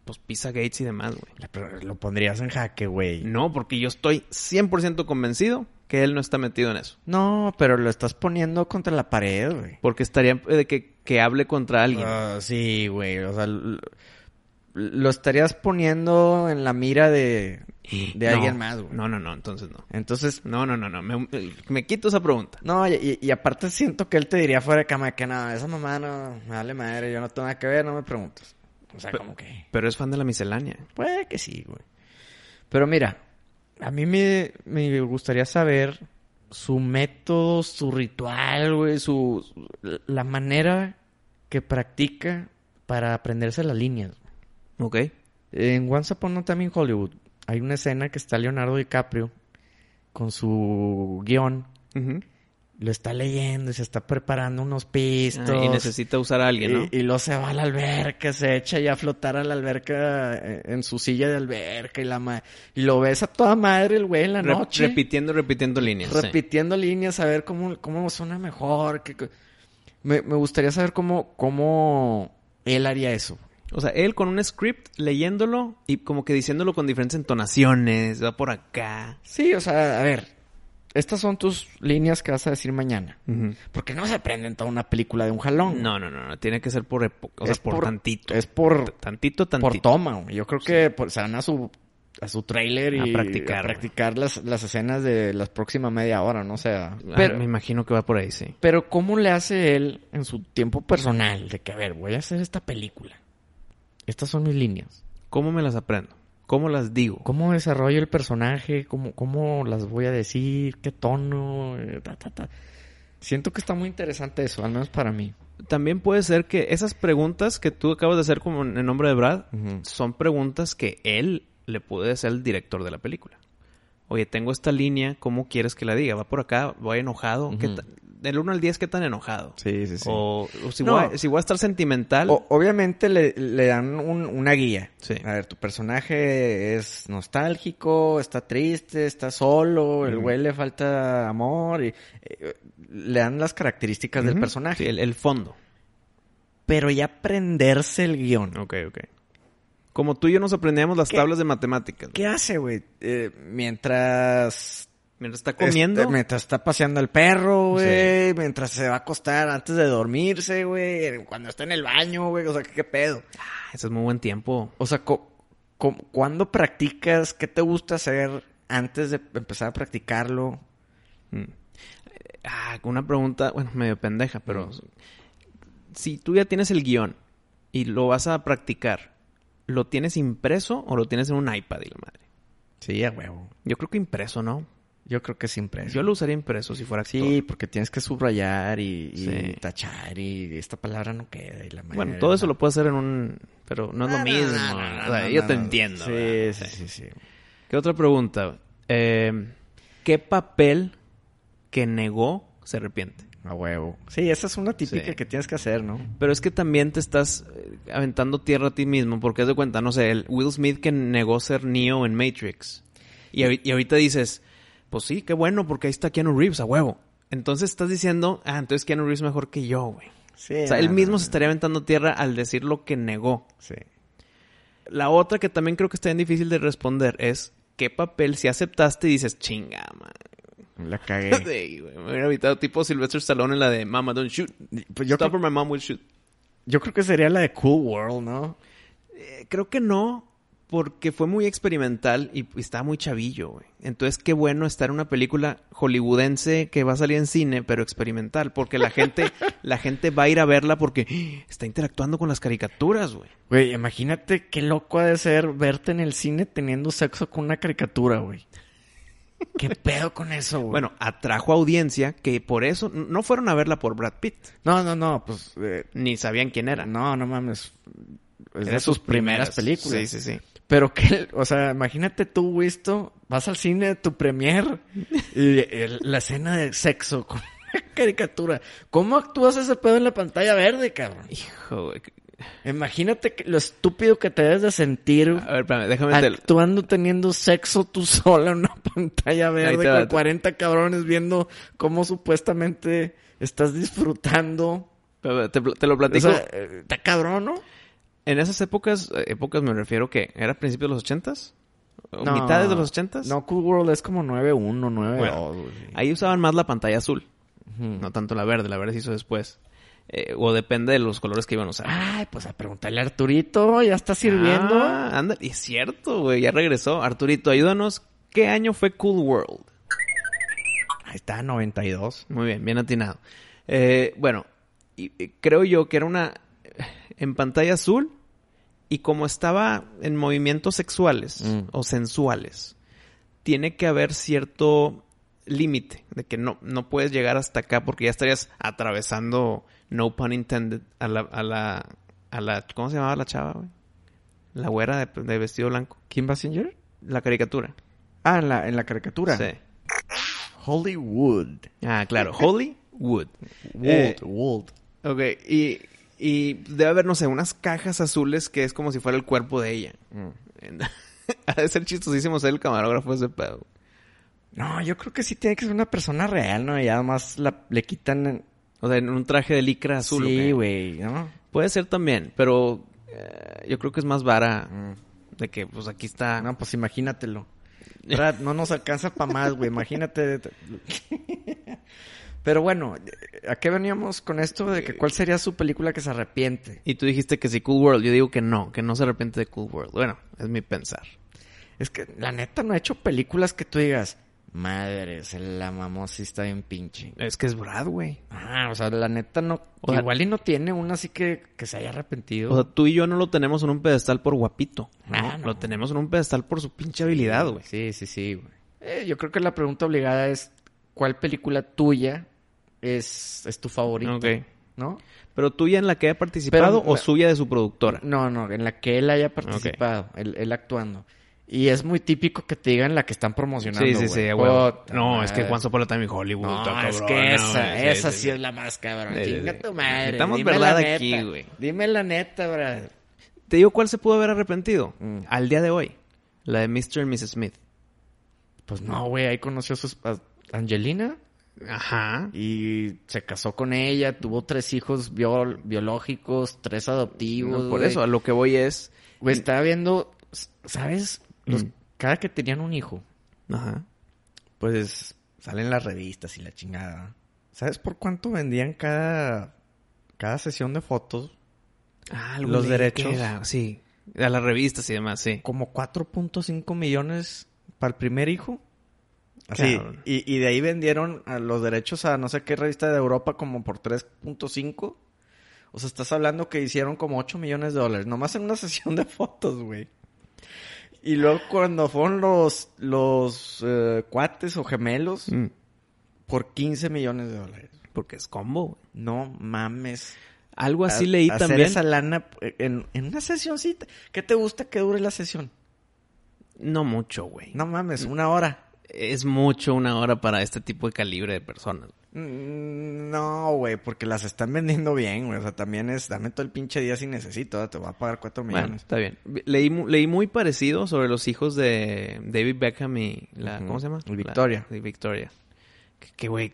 Pues Pizza Gates y demás, güey.
La- pero Lo pondrías en jaque, güey.
No, porque yo estoy 100% convencido que él no está metido en eso.
No, pero lo estás poniendo contra la pared, güey.
Porque estaría eh, de que, que hable contra alguien.
Ah, sí, güey. O sea, lo, lo estarías poniendo en la mira de, de
No,
alguien más, güey.
No, no, no, entonces no.
Entonces,
No, no, no, no. Me, me quito esa pregunta.
no, y- y, y aparte siento que él te diría fuera de cama que no, esa mamá no, me vale madre, yo no tengo nada que ver, no me preguntes. O sea,
Pe-
como que...
Pero es fan de la miscelánea.
Puede que sí, güey. Pero mira, a mí me, me gustaría saber su método, su ritual, güey, su, su- la manera que practica para aprenderse las líneas.
Ok.
En Once Upon a Time in Hollywood hay una escena que está Leonardo DiCaprio con su guión.
Ujú.
Lo está leyendo y se está preparando unos
Ah, y
pistos.
necesita usar a alguien, ¿no?
Y, y luego se va a la alberca, se echa ya a flotar a la alberca eh, en su silla de alberca y la ma- y lo ves a toda madre el güey en la
Rep-
noche
repitiendo, repitiendo líneas. sí.
repitiendo líneas a ver cómo, cómo suena mejor. qué co- me, me gustaría saber cómo, cómo él haría eso.
O sea, él con un script leyéndolo y como que diciéndolo con diferentes entonaciones. Va por acá.
Sí, o sea, a ver, estas son tus líneas que vas a decir mañana. Porque no se aprenden toda una película de un jalón.
No, no, no, no. Tiene que ser por época. O sea,
Es
por,
por-
tantito.
Es por,
Tantito,
por
tantito.
toma, güey. Yo creo que por- se van a su a su trailer y
A practicar,
a practicar las, las escenas de las próximas media hora, no o sea.
Ah,
Pero,
me imagino que va por ahí, sí.
pero ¿cómo le hace él en su tiempo personal de que, a ver, voy a hacer esta película? Estas son mis líneas.
¿Cómo me las aprendo? ¿Cómo las digo?
¿Cómo desarrollo el personaje? ¿Cómo, cómo las voy a decir? ¿Qué tono? Eh, ta, ta, ta. Siento que está muy interesante eso, al menos para mí.
También puede ser que esas preguntas que tú acabas de hacer como en en
Mm.
nombre de Brad son preguntas que él le puede hacer al director de la película. oye, tengo esta línea, ¿cómo quieres que la diga? ¿Va por acá? ¿Voy enojado? ¿Qué
Ujú.
ta- Del 1 al 10, ¿qué tan enojado?
Sí, sí, sí.
O, o si,
No.
voy a, si voy a estar sentimental,
O- obviamente le, le dan un- una guía.
Sí.
A ver, tu personaje es nostálgico, está triste, está solo, el
Ujú.
güey le falta amor. Y, eh, le dan las características del
Ujú.
personaje.
Sí, el, el fondo.
Pero ya aprenderse el guión.
Ok, ok. Como tú y yo nos aprendíamos las
¿Qué?
tablas de matemáticas.
¿Qué hace, güey? Eh, mientras...
Mientras está comiendo.
este, mientras está paseando el perro,
Sí.
güey. Mientras se va a acostar antes de dormirse, güey. Cuando está en el baño, güey. O sea, ¿qué, qué pedo?
Ah, Ese es muy buen tiempo.
O sea, co- co- ¿cuándo practicas? ¿Qué te gusta hacer antes de empezar a practicarlo?
Mm. Ah, una pregunta, bueno, medio pendeja, pero
Mm.
si tú ya tienes el guión y lo vas a practicar, ¿lo tienes impreso o lo tienes en un iPad y la madre?
Sí, a huevo.
Yo creo que impreso, ¿no?
Yo creo que es impreso.
Yo lo usaría impreso si fuera actor.
Sí, porque tienes que subrayar y, y
Sí.
tachar y esta palabra no queda. Y la madre,
Bueno, todo eso
¿no?
lo puedes hacer en un... Pero no es lo
Ah,
mismo.
no, no, no,
O sea,
no,
yo
no,
te
no.
entiendo.
Sí,
¿verdad?
sí, sí, sí.
¿Qué otra pregunta? Eh, ¿Qué papel que negó se arrepiente?
A huevo. Sí, esa es una típica
Sí.
que tienes que hacer, ¿no?
Pero es que también te estás eh, aventando tierra a ti mismo, porque haz de cuenta, no sé, el Will Smith que negó ser Neo en Matrix. Y, ahori- y ahorita dices, pues sí, qué bueno, porque ahí está Keanu Reeves, a huevo. Entonces estás diciendo, ah, entonces Keanu Reeves mejor que yo, güey.
Sí.
O sea, él
no, Eh,
mismo
no,
se
no.
estaría aventando tierra al decir lo que negó.
Sí.
La otra que también creo que está bien difícil de responder es, ¿qué papel si aceptaste y dices, chinga, man?
La cagué.
Sí, güey, me hubiera evitado tipo Sylvester Stallone en la de Mama, don't shoot.
Pues yo,
Stop
creo,
or my mom will shoot.
yo creo que sería la de Cool World, ¿no?
Eh, creo que no, porque fue muy experimental y, y estaba muy chavillo, güey. Entonces, qué bueno estar en una película hollywoodense que va a salir en cine, pero experimental, porque la gente, la gente va a ir a verla porque ¡ah! está interactuando con las caricaturas, güey.
Güey, imagínate qué loco ha de ser verte en el cine teniendo sexo con una caricatura, güey. ¿Qué pedo con eso, güey?
Bueno, atrajo audiencia que por eso n- no fueron a verla por Brad Pitt,
no, no, no, pues. eh,
ni sabían quién era.
no, no mames. Es
Era
de sus primeras, películas.
Sí, sí, sí.
Pero que, o sea, imagínate tú, güey, esto, vas al cine, tu premier, y el- la escena de sexo con una caricatura. ¿Cómo actúas ese pedo en la pantalla verde, cabrón?
Hijo, güey.
Imagínate que- lo estúpido que te debes de sentir
A ver, espérame,
Ah,
déjame te-
actuando teniendo sexo tú sola en una pantalla
Ahí
verde
te va,
con
te-
40 cabrones viendo cómo supuestamente estás disfrutando.
espérame, te, te lo
O
platico.
sea, eh, está cabrón, ¿no?
En esas épocas, eh, épocas me refiero que era principios de los ochentas, ¿O
No.
mitades de los ochentas.
No, Cool World es como 9-1, 9-2.
Bueno,
güey.
Ahí usaban más la pantalla azul,
Ujú.
no tanto la verde, la verde se hizo después. Eh, o depende de los colores que iban a usar.
Ay, pues a preguntarle a Arturito, ya está sirviendo.
Ah, anda, y es cierto, güey, ya regresó. Arturito, ayúdanos. ¿Qué año fue Cool World?
Ahí está, 92.
Muy bien, bien atinado. Eh, bueno, y, y creo yo que era una en pantalla azul y como estaba en movimientos sexuales
Mm.
o sensuales, tiene que haber cierto límite de que no, no puedes llegar hasta acá porque ya estarías atravesando, no pun intended, a la, a la, a la ¿cómo se llamaba la chava, güey? La güera de, de vestido blanco.
¿Kim Basinger?
La caricatura.
Ah, en la, en la caricatura.
Sí.
Hollywood.
Ah, claro. Hollywood.
Wood,
Eh,
Wood.
Ok, y, y debe haber, no sé, unas cajas azules que es como si fuera el cuerpo de ella.
Mm.
ha de ser chistosísimo ser el camarógrafo ese pedo.
No, yo creo que sí tiene que ser una persona real, ¿no? Y además la, le quitan
O sea, en un traje de licra azul.
Sí,
¿ok?
güey, ¿no?
Puede ser también, pero eh, yo creo que es más vara
Mm.
de que, pues aquí está.
No, pues imagínatelo. Brad, no nos alcanza para más, güey. Imagínate. Pero bueno, ¿a qué veníamos con esto de que cuál sería su película que se arrepiente?
Y tú dijiste que sí, Cool World. Yo digo que no, que no se arrepiente de Cool World. Bueno, es mi pensar.
Es que la neta no he hecho películas que tú digas, madre, se la mamó si está bien pinche.
Es que es Brad, güey.
Ah, o sea, la neta no.
O sea-
igual y no tiene una así que, que se haya arrepentido.
O sea, tú y yo no lo tenemos en un pedestal por guapito. ¿no?
Ah, no.
Lo tenemos en un pedestal por su pinche habilidad, güey.
Sí, sí, sí, güey. Eh, yo creo que la pregunta obligada es: ¿cuál película tuya es, es tu favorita?
Ok.
¿No?
¿Pero tuya en la que haya participado
Pero,
o
la-
suya de su productora?
No, no, en la que él haya participado, él, él actuando. Y es muy típico que te digan la que están promocionando.
Sí, sí, sí,
güey.
a huevo.
Puta
No, es que
madre.
Juan Sopolo está en Hollywood.
No,
está
es
cabrón,
que
no,
esa,
sí,
esa
sí.
sí, es la más cabrón.
Sí, sí,
Chinga
sí.
tu madre.
Necesitamos
dime
verdad
la
aquí,
neta.
güey.
Dime la neta, brother.
Te digo cuál se pudo haber arrepentido
Mm.
al día de hoy. La de Mr. y Mrs. Smith.
Pues no, güey, ahí conoció a, sus- a Angelina
Ajá.
y se casó con ella, tuvo tres hijos bio- biológicos, tres adoptivos.
No, por
güey.
eso, a lo que voy es.
Güey, estaba viendo, s- ¿sabes? Los-
Mm.
Cada que tenían un hijo,
Ajá.
pues salen las revistas y la chingada. ¿Sabes por cuánto vendían cada, cada sesión de fotos?
Ah,
Los
le
derechos.
queda, sí. A las revistas y demás, sí.
Como 4.5 millones para el primer hijo. Así,
Cabrón.
y, y de ahí vendieron a los derechos a no sé qué revista de Europa como por 3.5. O sea, estás hablando que hicieron como 8 millones de dólares, nomás en una sesión de fotos, güey. Y luego cuando fueron los, los eh, cuates o gemelos,
Mm.
por 15 millones de dólares.
Porque es combo. güey.
No mames.
Algo así
A-
leí
hacer
también.
esa lana eh, en, en una sesioncita. ¿Qué te gusta que dure la sesión?
No mucho, güey.
No mames, una hora.
Es mucho una hora para este tipo de calibre de personas.
Mm, No, güey, porque las están vendiendo bien, güey. O sea, también es, dame todo el pinche día si necesito, ¿verdad? te voy a pagar cuatro
Bueno,
millones.
está bien. Leí, mu- leí muy parecido sobre los hijos de David Beckham y la...
Ujú.
¿Cómo se llama?
Y Victoria.
La- y Victoria. Que- Que, güey,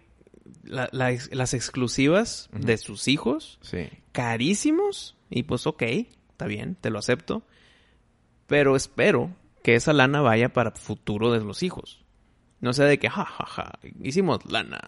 la- la ex- las exclusivas de sus hijos,
Sí.
carísimos, y pues ok, está bien, te lo acepto. Pero espero que esa lana vaya para futuro de los hijos. No sea de que, ja, ja, ja, hicimos lana.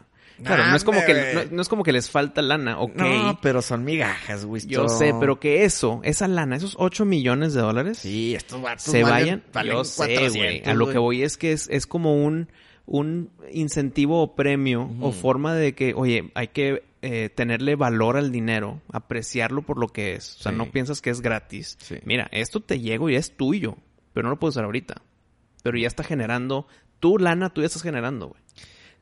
Claro, no es, como que,
Dame,
no,
güey.
no es como que les falta lana, ok.
No, pero son migajas, güey.
Yo
esto-
sé, pero que eso, esa lana, esos 8 millones de dólares,
Sí, estos vatos
se
valen-
vayan.
valen
yo sé,
400,
güey. A lo
güey.
que voy es que es, es como un, un incentivo o premio o forma de que, oye, hay que eh, tenerle valor al dinero, apreciarlo por lo que es. O sea,
Sí.
no piensas que es gratis.
Sí.
Mira, esto te llegó y es tuyo, pero no lo puedes usar ahorita. Pero ya está generando, tu lana tú ya estás generando, güey.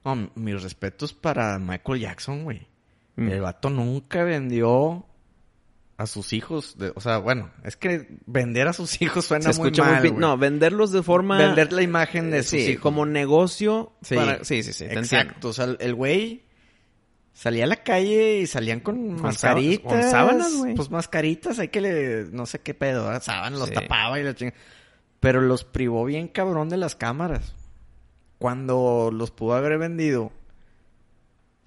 No, m- mis respetos para Michael Jackson, güey.
Mm.
El vato nunca vendió a sus hijos. de- o sea, bueno, es que vender a sus hijos suena
Se escucha
muy
muy
mal,
pi-
güey.
No, venderlos de forma... eh,
Vender la imagen de sus
sí,
hijos.
como negocio.
Sí.
para- sí, sí, sí, te entiendo.
Exacto. O sea, el güey salía a la calle y salían con,
Con
mascaritas.
sábanas- con sábanas, güey.
Pues mascaritas, hay que le... No sé qué pedo, ¿verdad? sábanas, los
Sí.
tapaba y la chingada. Pero los privó bien cabrón de las cámaras. Cuando los pudo haber vendido...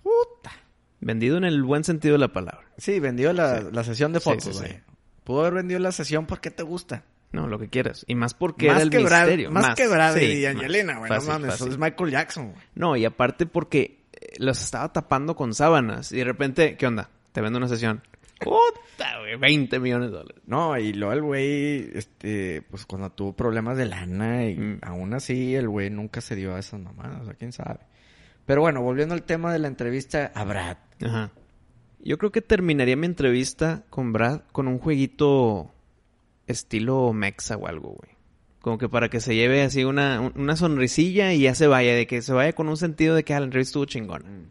Puta.
Vendido en el buen sentido de la palabra.
Sí, vendió la, la sesión de
Sí,
fotos,
sí, sí.
güey. Pudo haber vendido la sesión porque te gusta.
No, lo que quieras. Y más porque era el
Brad-
misterio.
más, que Brad
sí,
y
más.
Angelina, güey. No
Fácil,
mames,
fácil.
es Michael Jackson, güey.
No, y aparte porque eh, los estaba tapando con sábanas. Y de repente, ¿qué onda? Te vendo una sesión. Puta, güey, 20 millones de dólares.
No, y luego el güey, este, pues cuando tuvo problemas de lana, y
Mm.
aún así el güey nunca se dio a esas mamadas, o sea, quién sabe. Pero bueno, volviendo al tema de la entrevista a Brad.
Ajá. Yo creo que terminaría mi entrevista con Brad con un jueguito estilo Mexa o algo, güey. Como que para que se lleve así una, un- una sonrisilla y ya se vaya. De que se vaya con un sentido de que ah, la entrevista estuvo chingona.
Mm.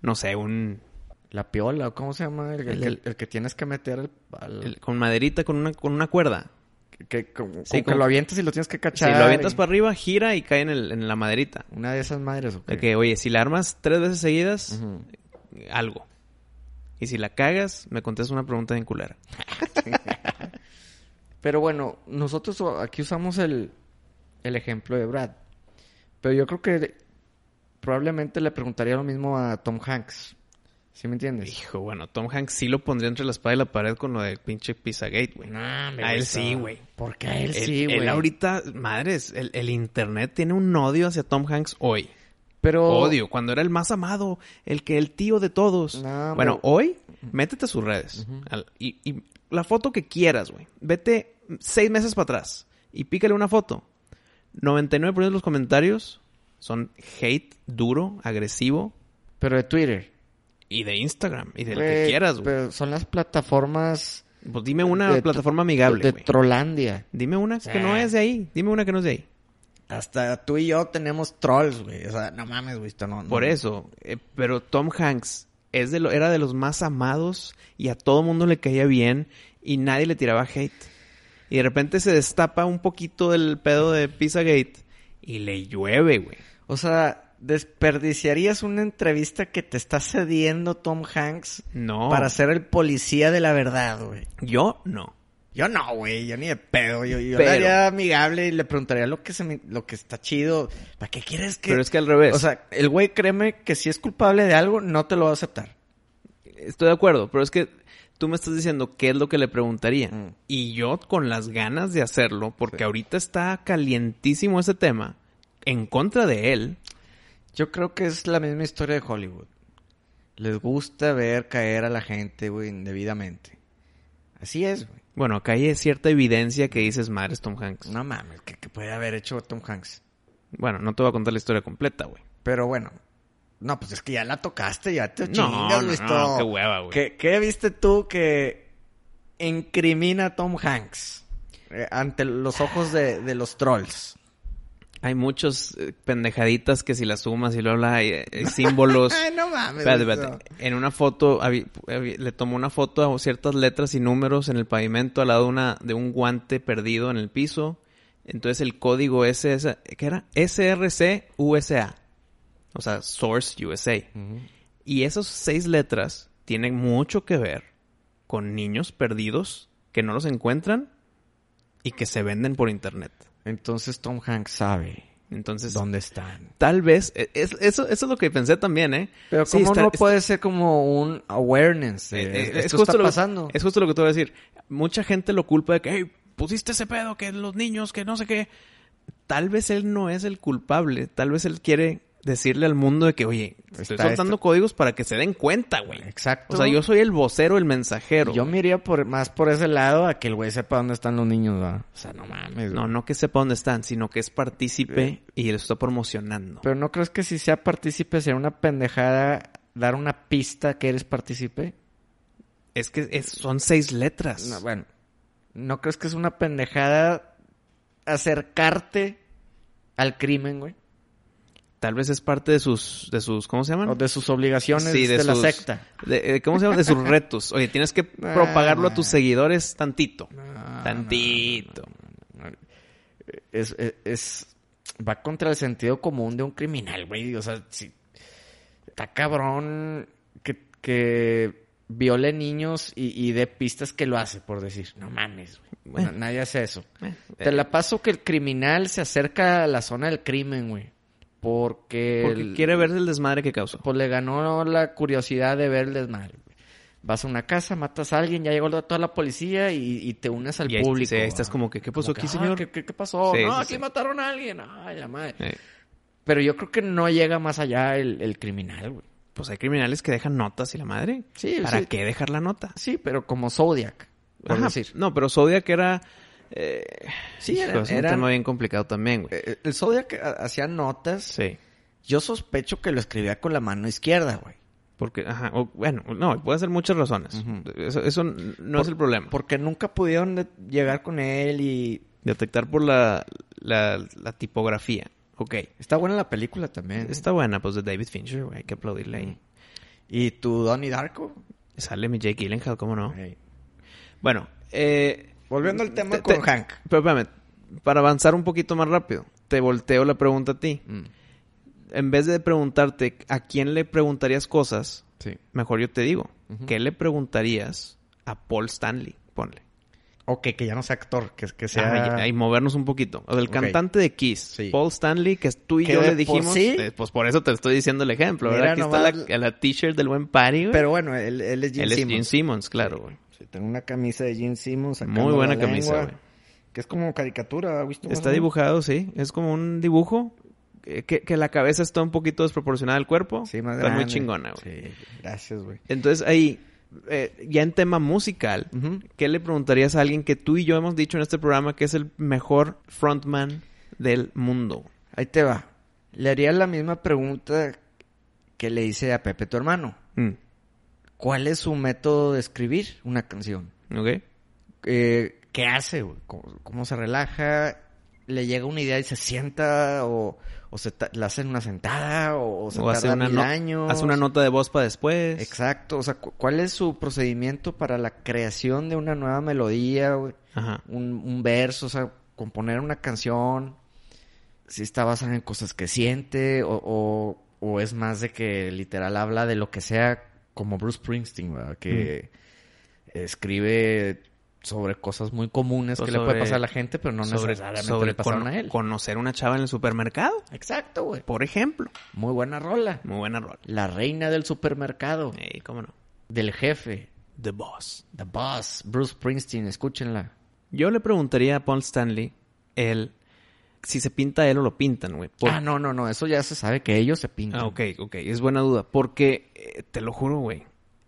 No sé, un...
La piola, ¿o ¿cómo se llama? El, el
El-
que, el que tienes que meter al... al-
el- con maderita, con una, con una cuerda.
que, como-
Sí,
como que
como-
lo avientas y lo tienes que
Si
cachar.
lo avientas
y-
para arriba, gira y cae en, el- en la maderita.
Una de esas madres, ¿o qué?
De que, oye, si la armas tres veces seguidas,
Ujú.
algo. Y si la cagas, me contestas una pregunta bien culera.
Pero bueno, nosotros o- aquí usamos el, el ejemplo de Brad. Pero yo creo que le- probablemente le preguntaría lo mismo a Tom Hanks. ¿Sí me entiendes?
Hijo, bueno, Tom Hanks sí lo pondría entre la espada y la pared con lo del pinche Pizzagate, güey. a él sí, güey.
Porque a él,
Él-
sí,
Él
güey.
ahorita, madres, el, el internet tiene un odio hacia Tom Hanks hoy.
Pero...
Odio, cuando era el más amado, el que el tío de todos.
No,
bueno,
pero-
hoy, métete a sus redes. al- y, y la foto que quieras, güey. Vete seis meses para atrás y pícale una foto. 99% de los comentarios son hate duro, agresivo.
Pero de Twitter.
Y de Instagram, y de lo que
Güey,
quieras, güey.
Pero son las plataformas
Pues dime una
de tro-
plataforma amigable,
de Eh.
güey.
Trollandia.
Dime una que no es de ahí. Dime una que no es de ahí.
Hasta tú y yo tenemos trolls, güey. O sea, no mames, güey. esto No, no-
Por eso, eh, pero Tom Hanks es de lo, era de los más amados y a todo mundo le caía bien y nadie le tiraba hate. Y de repente se destapa un poquito del pedo de Pizzagate y le llueve, güey.
O sea, desperdiciarías una entrevista que te está cediendo Tom Hanks
No.
para ser el policía de la verdad, güey.
Yo no.
Yo no, güey, yo ni de pedo, yo, yo
Pero-
le haría amigable y le preguntaría lo que se me- lo que está chido, ¿para qué quieres que...?
Pero es que al revés.
O sea, el güey créeme que si es culpable de algo, no te lo va a aceptar.
Estoy de acuerdo, pero es que tú me estás diciendo qué es lo que le preguntaría.
Mm.
Y yo con las ganas de hacerlo, porque ahorita está calientísimo ese tema, en contra de él.
Yo creo que es la misma historia de Hollywood. Les gusta ver caer a la gente, güey, indebidamente. Así es, güey.
Bueno, acá hay cierta evidencia que dices, madre, es Tom Hanks.
No mames, ¿qué, qué puede haber hecho Tom Hanks?
Bueno, no te voy a contar la historia completa, güey.
Pero bueno. No, pues es que ya la tocaste, ya te
No,
chingas,
no,
Luis,
no,
todo.
qué hueva, güey.
¿Qué, qué viste tú que incrimina a Tom Hanks eh, ante los ojos de, de los trolls?
Hay muchas eh, pendejaditas que si las sumas y lo habla, hay, eh, hay símbolos.
Ay, no mames.
Espérate,
Luis,
espérate. En una foto, habi- habi- le tomó una foto a ciertas letras y números en el pavimento al lado de, una, de un guante perdido en el piso. Entonces el código SS, ¿qué era? SRC USA. O sea, Source USA.
no. Ujú.
Y esas seis letras tienen mucho que ver con niños perdidos que no los encuentran y que se venden por internet.
Entonces Tom Hanks sabe
Entonces,
dónde están.
tal vez, e- es- eso, eso es lo que pensé también, ¿eh?
Pero
Sí,
¿cómo
está-
no
está-
puede ser como un awareness? de,
Eh, eh,
esto
justo
está
lo que-
pasando.
es justo lo que te voy a decir. Mucha gente lo culpa de que, hey, pusiste ese pedo, que los niños, que no sé qué. Tal vez él no es el culpable. Tal vez él quiere decirle al mundo de que, oye, estoy
Está
soltando
esto.
códigos para que se den cuenta, güey.
Exacto.
O sea, yo soy el vocero, el mensajero.
Yo
güey.
me iría por, más por ese lado a que el güey sepa dónde están los niños, ¿verdad? O sea, no mames.
No,
güey.
no que sepa dónde están, sino que es partícipe y lo está promocionando.
Pero ¿no crees que si sea partícipe sería una pendejada dar una pista que eres partícipe?
es que es- son seis letras.
No, bueno. ¿No crees que es una pendejada acercarte al crimen, güey?
Tal vez es parte de sus, de sus, ¿cómo se llaman?
O de sus obligaciones
Sí,
de, la
sus-
secta.
de- de- ¿Cómo se llama? De sus retos. Oye, tienes que
Ah.
propagarlo a tus seguidores tantito. Tantito.
es, es- es- va contra el sentido común de un criminal, güey. O sea, si, está cabrón que, que viole niños y, y dé pistas que lo hace, por decir. No mames, güey.
Bueno.
Na- nadie hace eso.
Eh,
Te la paso que el criminal se acerca a la zona del crimen, güey. Porque,
eh, Porque
el-
quiere ver el desmadre que causó.
pues le ganó la curiosidad de ver el desmadre. güey. Vas a una casa, matas a alguien, ya llegó la- toda la policía y, y te unes al
Y ahí,
público.
sí, ahí estás
¿va?
como que, ¿qué
Como
pasó
que,
aquí,
"Ah,
señor?
¿Qué, qué- qué pasó?
Sí,
no,
sí,
aquí
sí.
mataron a alguien. Ay, la madre.
Eh,
Pero yo creo que no llega más allá el, el criminal, güey.
pues hay criminales que dejan notas y la madre.
Sí,
¿Para
sí.
qué dejar la nota?
Sí, pero como Zodiac, por
Ajá,
decir.
No, pero Zodiac era... eh,
Sí,
hijo,
eran-
es un
eran-
tema bien complicado también, güey.
Eh, eh, El Zodiac ha- hacía notas.
Sí.
Yo sospecho que lo escribía con la mano izquierda, güey.
Porque, ajá, o- bueno, no, puede ser muchas razones.
Ujú.
Eso, eso no es
Por-
el problema.
Porque nunca pudieron de- llegar con él y...
Detectar por la, la, la tipografía. Ok.
Está buena la película también. ¿eh?
Está buena, pues de David Fincher, güey. Hay que aplaudirle ahí.
Y tu Donnie Darko.
Sale mi Jake Gyllenhaal, ¿cómo no?
Ey.
Bueno, eh,
Volviendo al tema
te-
con
te-
Hank.
pero espérame, para avanzar un poquito más rápido, te volteo la pregunta a ti.
Mm,
En vez de preguntarte a quién le preguntarías cosas,
sí.
mejor yo te digo,
Ujú.
¿qué le preguntarías a Paul Stanley? Ponle.
Ok, que ya no sea actor, que, que sea...
Ah, y, y movernos un poquito. O del
Ok.
cantante de Kiss,
Sí.
Paul Stanley, que tú y
Que
yo
de
le
por
dijimos.
sí-
eh, pues por eso te estoy diciendo el ejemplo,
Mira
¿verdad? Aquí
nomás-
está la, la t-shirt del buen party, güey.
Pero bueno, él, él es Gene
Él es Gene
Simmons.
Simmons, claro, güey.
Sí, tengo una camisa de Gene Simmons. sacando
Muy buena
la
camisa,
lengua,
güey.
Que es como caricatura, ¿ha visto?
Está
Más o
dibujado, sí. Es como un dibujo eh, que, que la cabeza está un poquito desproporcionada al cuerpo.
menos? Sí, más
está muy
grande.
chingona, güey.
Sí, gracias, güey.
Entonces ahí, eh, ya en tema musical, ¿qué le preguntarías a alguien que tú y yo hemos dicho en este programa que es el mejor frontman del mundo?
Ahí te va. Le haría la misma pregunta que le hice a Pepe, tu hermano. ¿Cuál es su método de escribir una canción?
¿Ok?
Eh, ¿Qué hace, güey? ¿Cómo, cómo se relaja? le llega una idea y se sienta o, o se ta- le hacen una sentada o, se
O hace
tarda
una,
mil
no-
años.
hace una nota de voz para después.
Exacto, o sea, cu- ¿cuál es su procedimiento para la creación de una nueva melodía, güey?
Ajá.
un, un verso, o sea, componer una canción, si está basada en cosas que siente, o, o- o es más de que literal habla de lo que sea, como Bruce Springsteen, ¿verdad? que escribe sobre cosas muy comunes
O
que le puede
sobre-
pasar a la gente, pero no
sobre
necesariamente
sobre
le pasaron
cono-
a él.
conocer una chava en el supermercado,
Exacto, güey.
por ejemplo.
Muy buena rola.
Muy buena rol.
La reina del supermercado,
Ey, cómo no.
del jefe,
The Boss.
The Boss, Bruce Springsteen, escúchenla.
Yo le preguntaría a Paul Stanley el si se pinta él o lo pintan, güey. Por-
Ah, no, no, no, eso ya se sabe que ellos se pintan.
Ah, ok, ok. Es buena duda. Porque, eh, te lo juro, güey,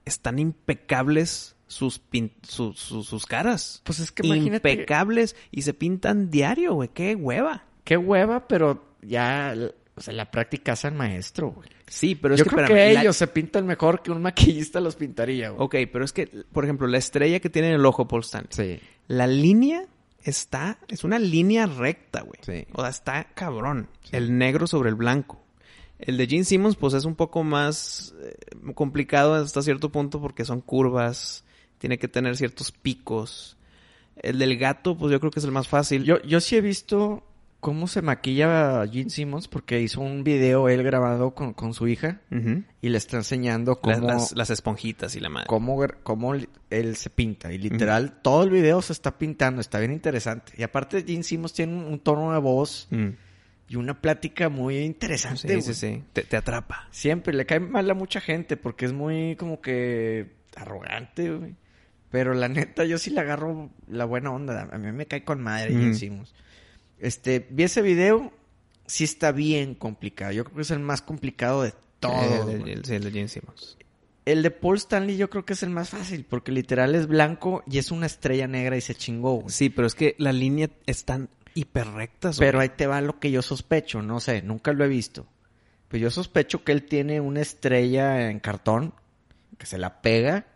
están impecables sus, pin- su- su- sus caras.
Pues es que imagínate.
Impecables y se pintan diario, güey. Qué hueva.
Qué hueva, pero ya, l- o sea, la práctica hace al maestro, güey.
Sí, pero es
Yo
que,
creo
espérame,
que
la-
ellos se pintan mejor que un maquillista los pintaría, güey.
Ok, pero es que, por ejemplo, la estrella que tiene en el ojo Paul Stanley.
Sí.
La línea está, es una línea recta, güey.
Sí.
O sea, está cabrón. El negro sobre el blanco. El de Gene Simmons, pues es un poco más eh, complicado hasta cierto punto porque son curvas, tiene que tener ciertos picos. El del gato, pues yo creo que es el más fácil.
Yo, yo sí he visto cómo se maquilla Gene Simmons porque hizo un video él grabado con, con su hija
Ujú.
y le está enseñando
La-
cómo,
las, las esponjitas y la madre.
cómo, gr- cómo li- él se pinta. Y literal, todo el video se está pintando, está bien interesante. Y aparte, Gene Simmons tiene un, un tono de voz
Mm.
y una plática muy interesante,
Sí,
güey.
sí, sí. Te, te atrapa.
Siempre le cae mal a mucha gente porque es muy como que arrogante, güey. Pero la neta, yo sí le agarro la buena onda. A mí me cae con madre,
Mm.
y decimos. Este, vi ese video, sí está bien complicado. Yo creo que es el más complicado de todos.
El,
güey.
el- sí, el Eh, de Gene Simmons.
El de Paul Stanley yo creo que es el más fácil porque literal es blanco y es una estrella negra y se chingó, güey.
Sí, pero es que la línea están hiperrectas. güey.
Pero ahí te va lo que yo sospecho, no sé, nunca lo he visto. Pero yo sospecho que él tiene una estrella en cartón que se la pega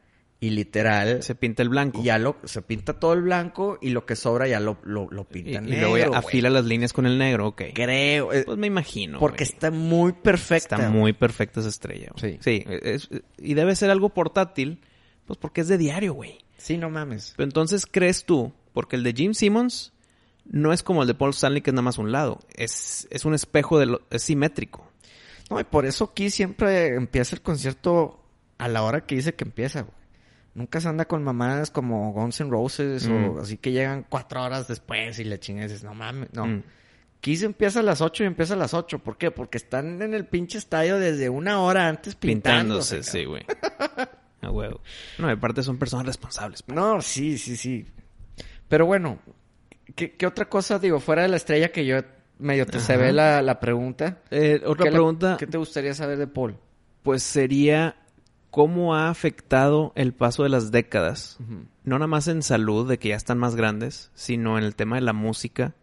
y literal
se pinta el blanco.
y ya lo se pinta todo el blanco y lo que sobra ya lo, lo, lo pinta
Y,
en
y luego ya
negro, güey.
afila las líneas con el negro, ok.
Creo, eh,
Pues me imagino.
porque
güey.
está muy perfecta.
Está muy perfecta esa estrella. güey.
Sí.
Sí. es- es- y debe ser algo portátil, pues porque es de diario, güey.
Sí, no mames.
Pero entonces, ¿crees tú? Porque el de Jim Simmons no es como el de Paul Stanley, que es nada más un lado. Es, es un espejo, de lo- es simétrico.
No, y por eso Kiss siempre empieza el concierto a la hora que dice que empieza, güey. Nunca se anda con mamadas como Guns N' Roses
Mm.
o así que llegan cuatro horas después y le chingues, no mames, no.
Mm.
Kiss empieza a las 8 y empieza a las 8. ¿Por qué? Porque están en el pinche estadio desde una hora antes pintándose.
Pintándose, sí, güey. A huevo. No, aparte son personas responsables.
cabrón. No, sí, sí, sí. Pero bueno, ¿qué, qué otra cosa digo? Fuera de la estrella que yo medio te se
Ajá.
ve la, la pregunta.
Eh, otra
¿Qué le-
pregunta.
¿Qué te gustaría saber de Paul?
pues sería cómo ha afectado el paso de las décadas, no nada más en salud, de que ya están más grandes, sino en el tema de la música.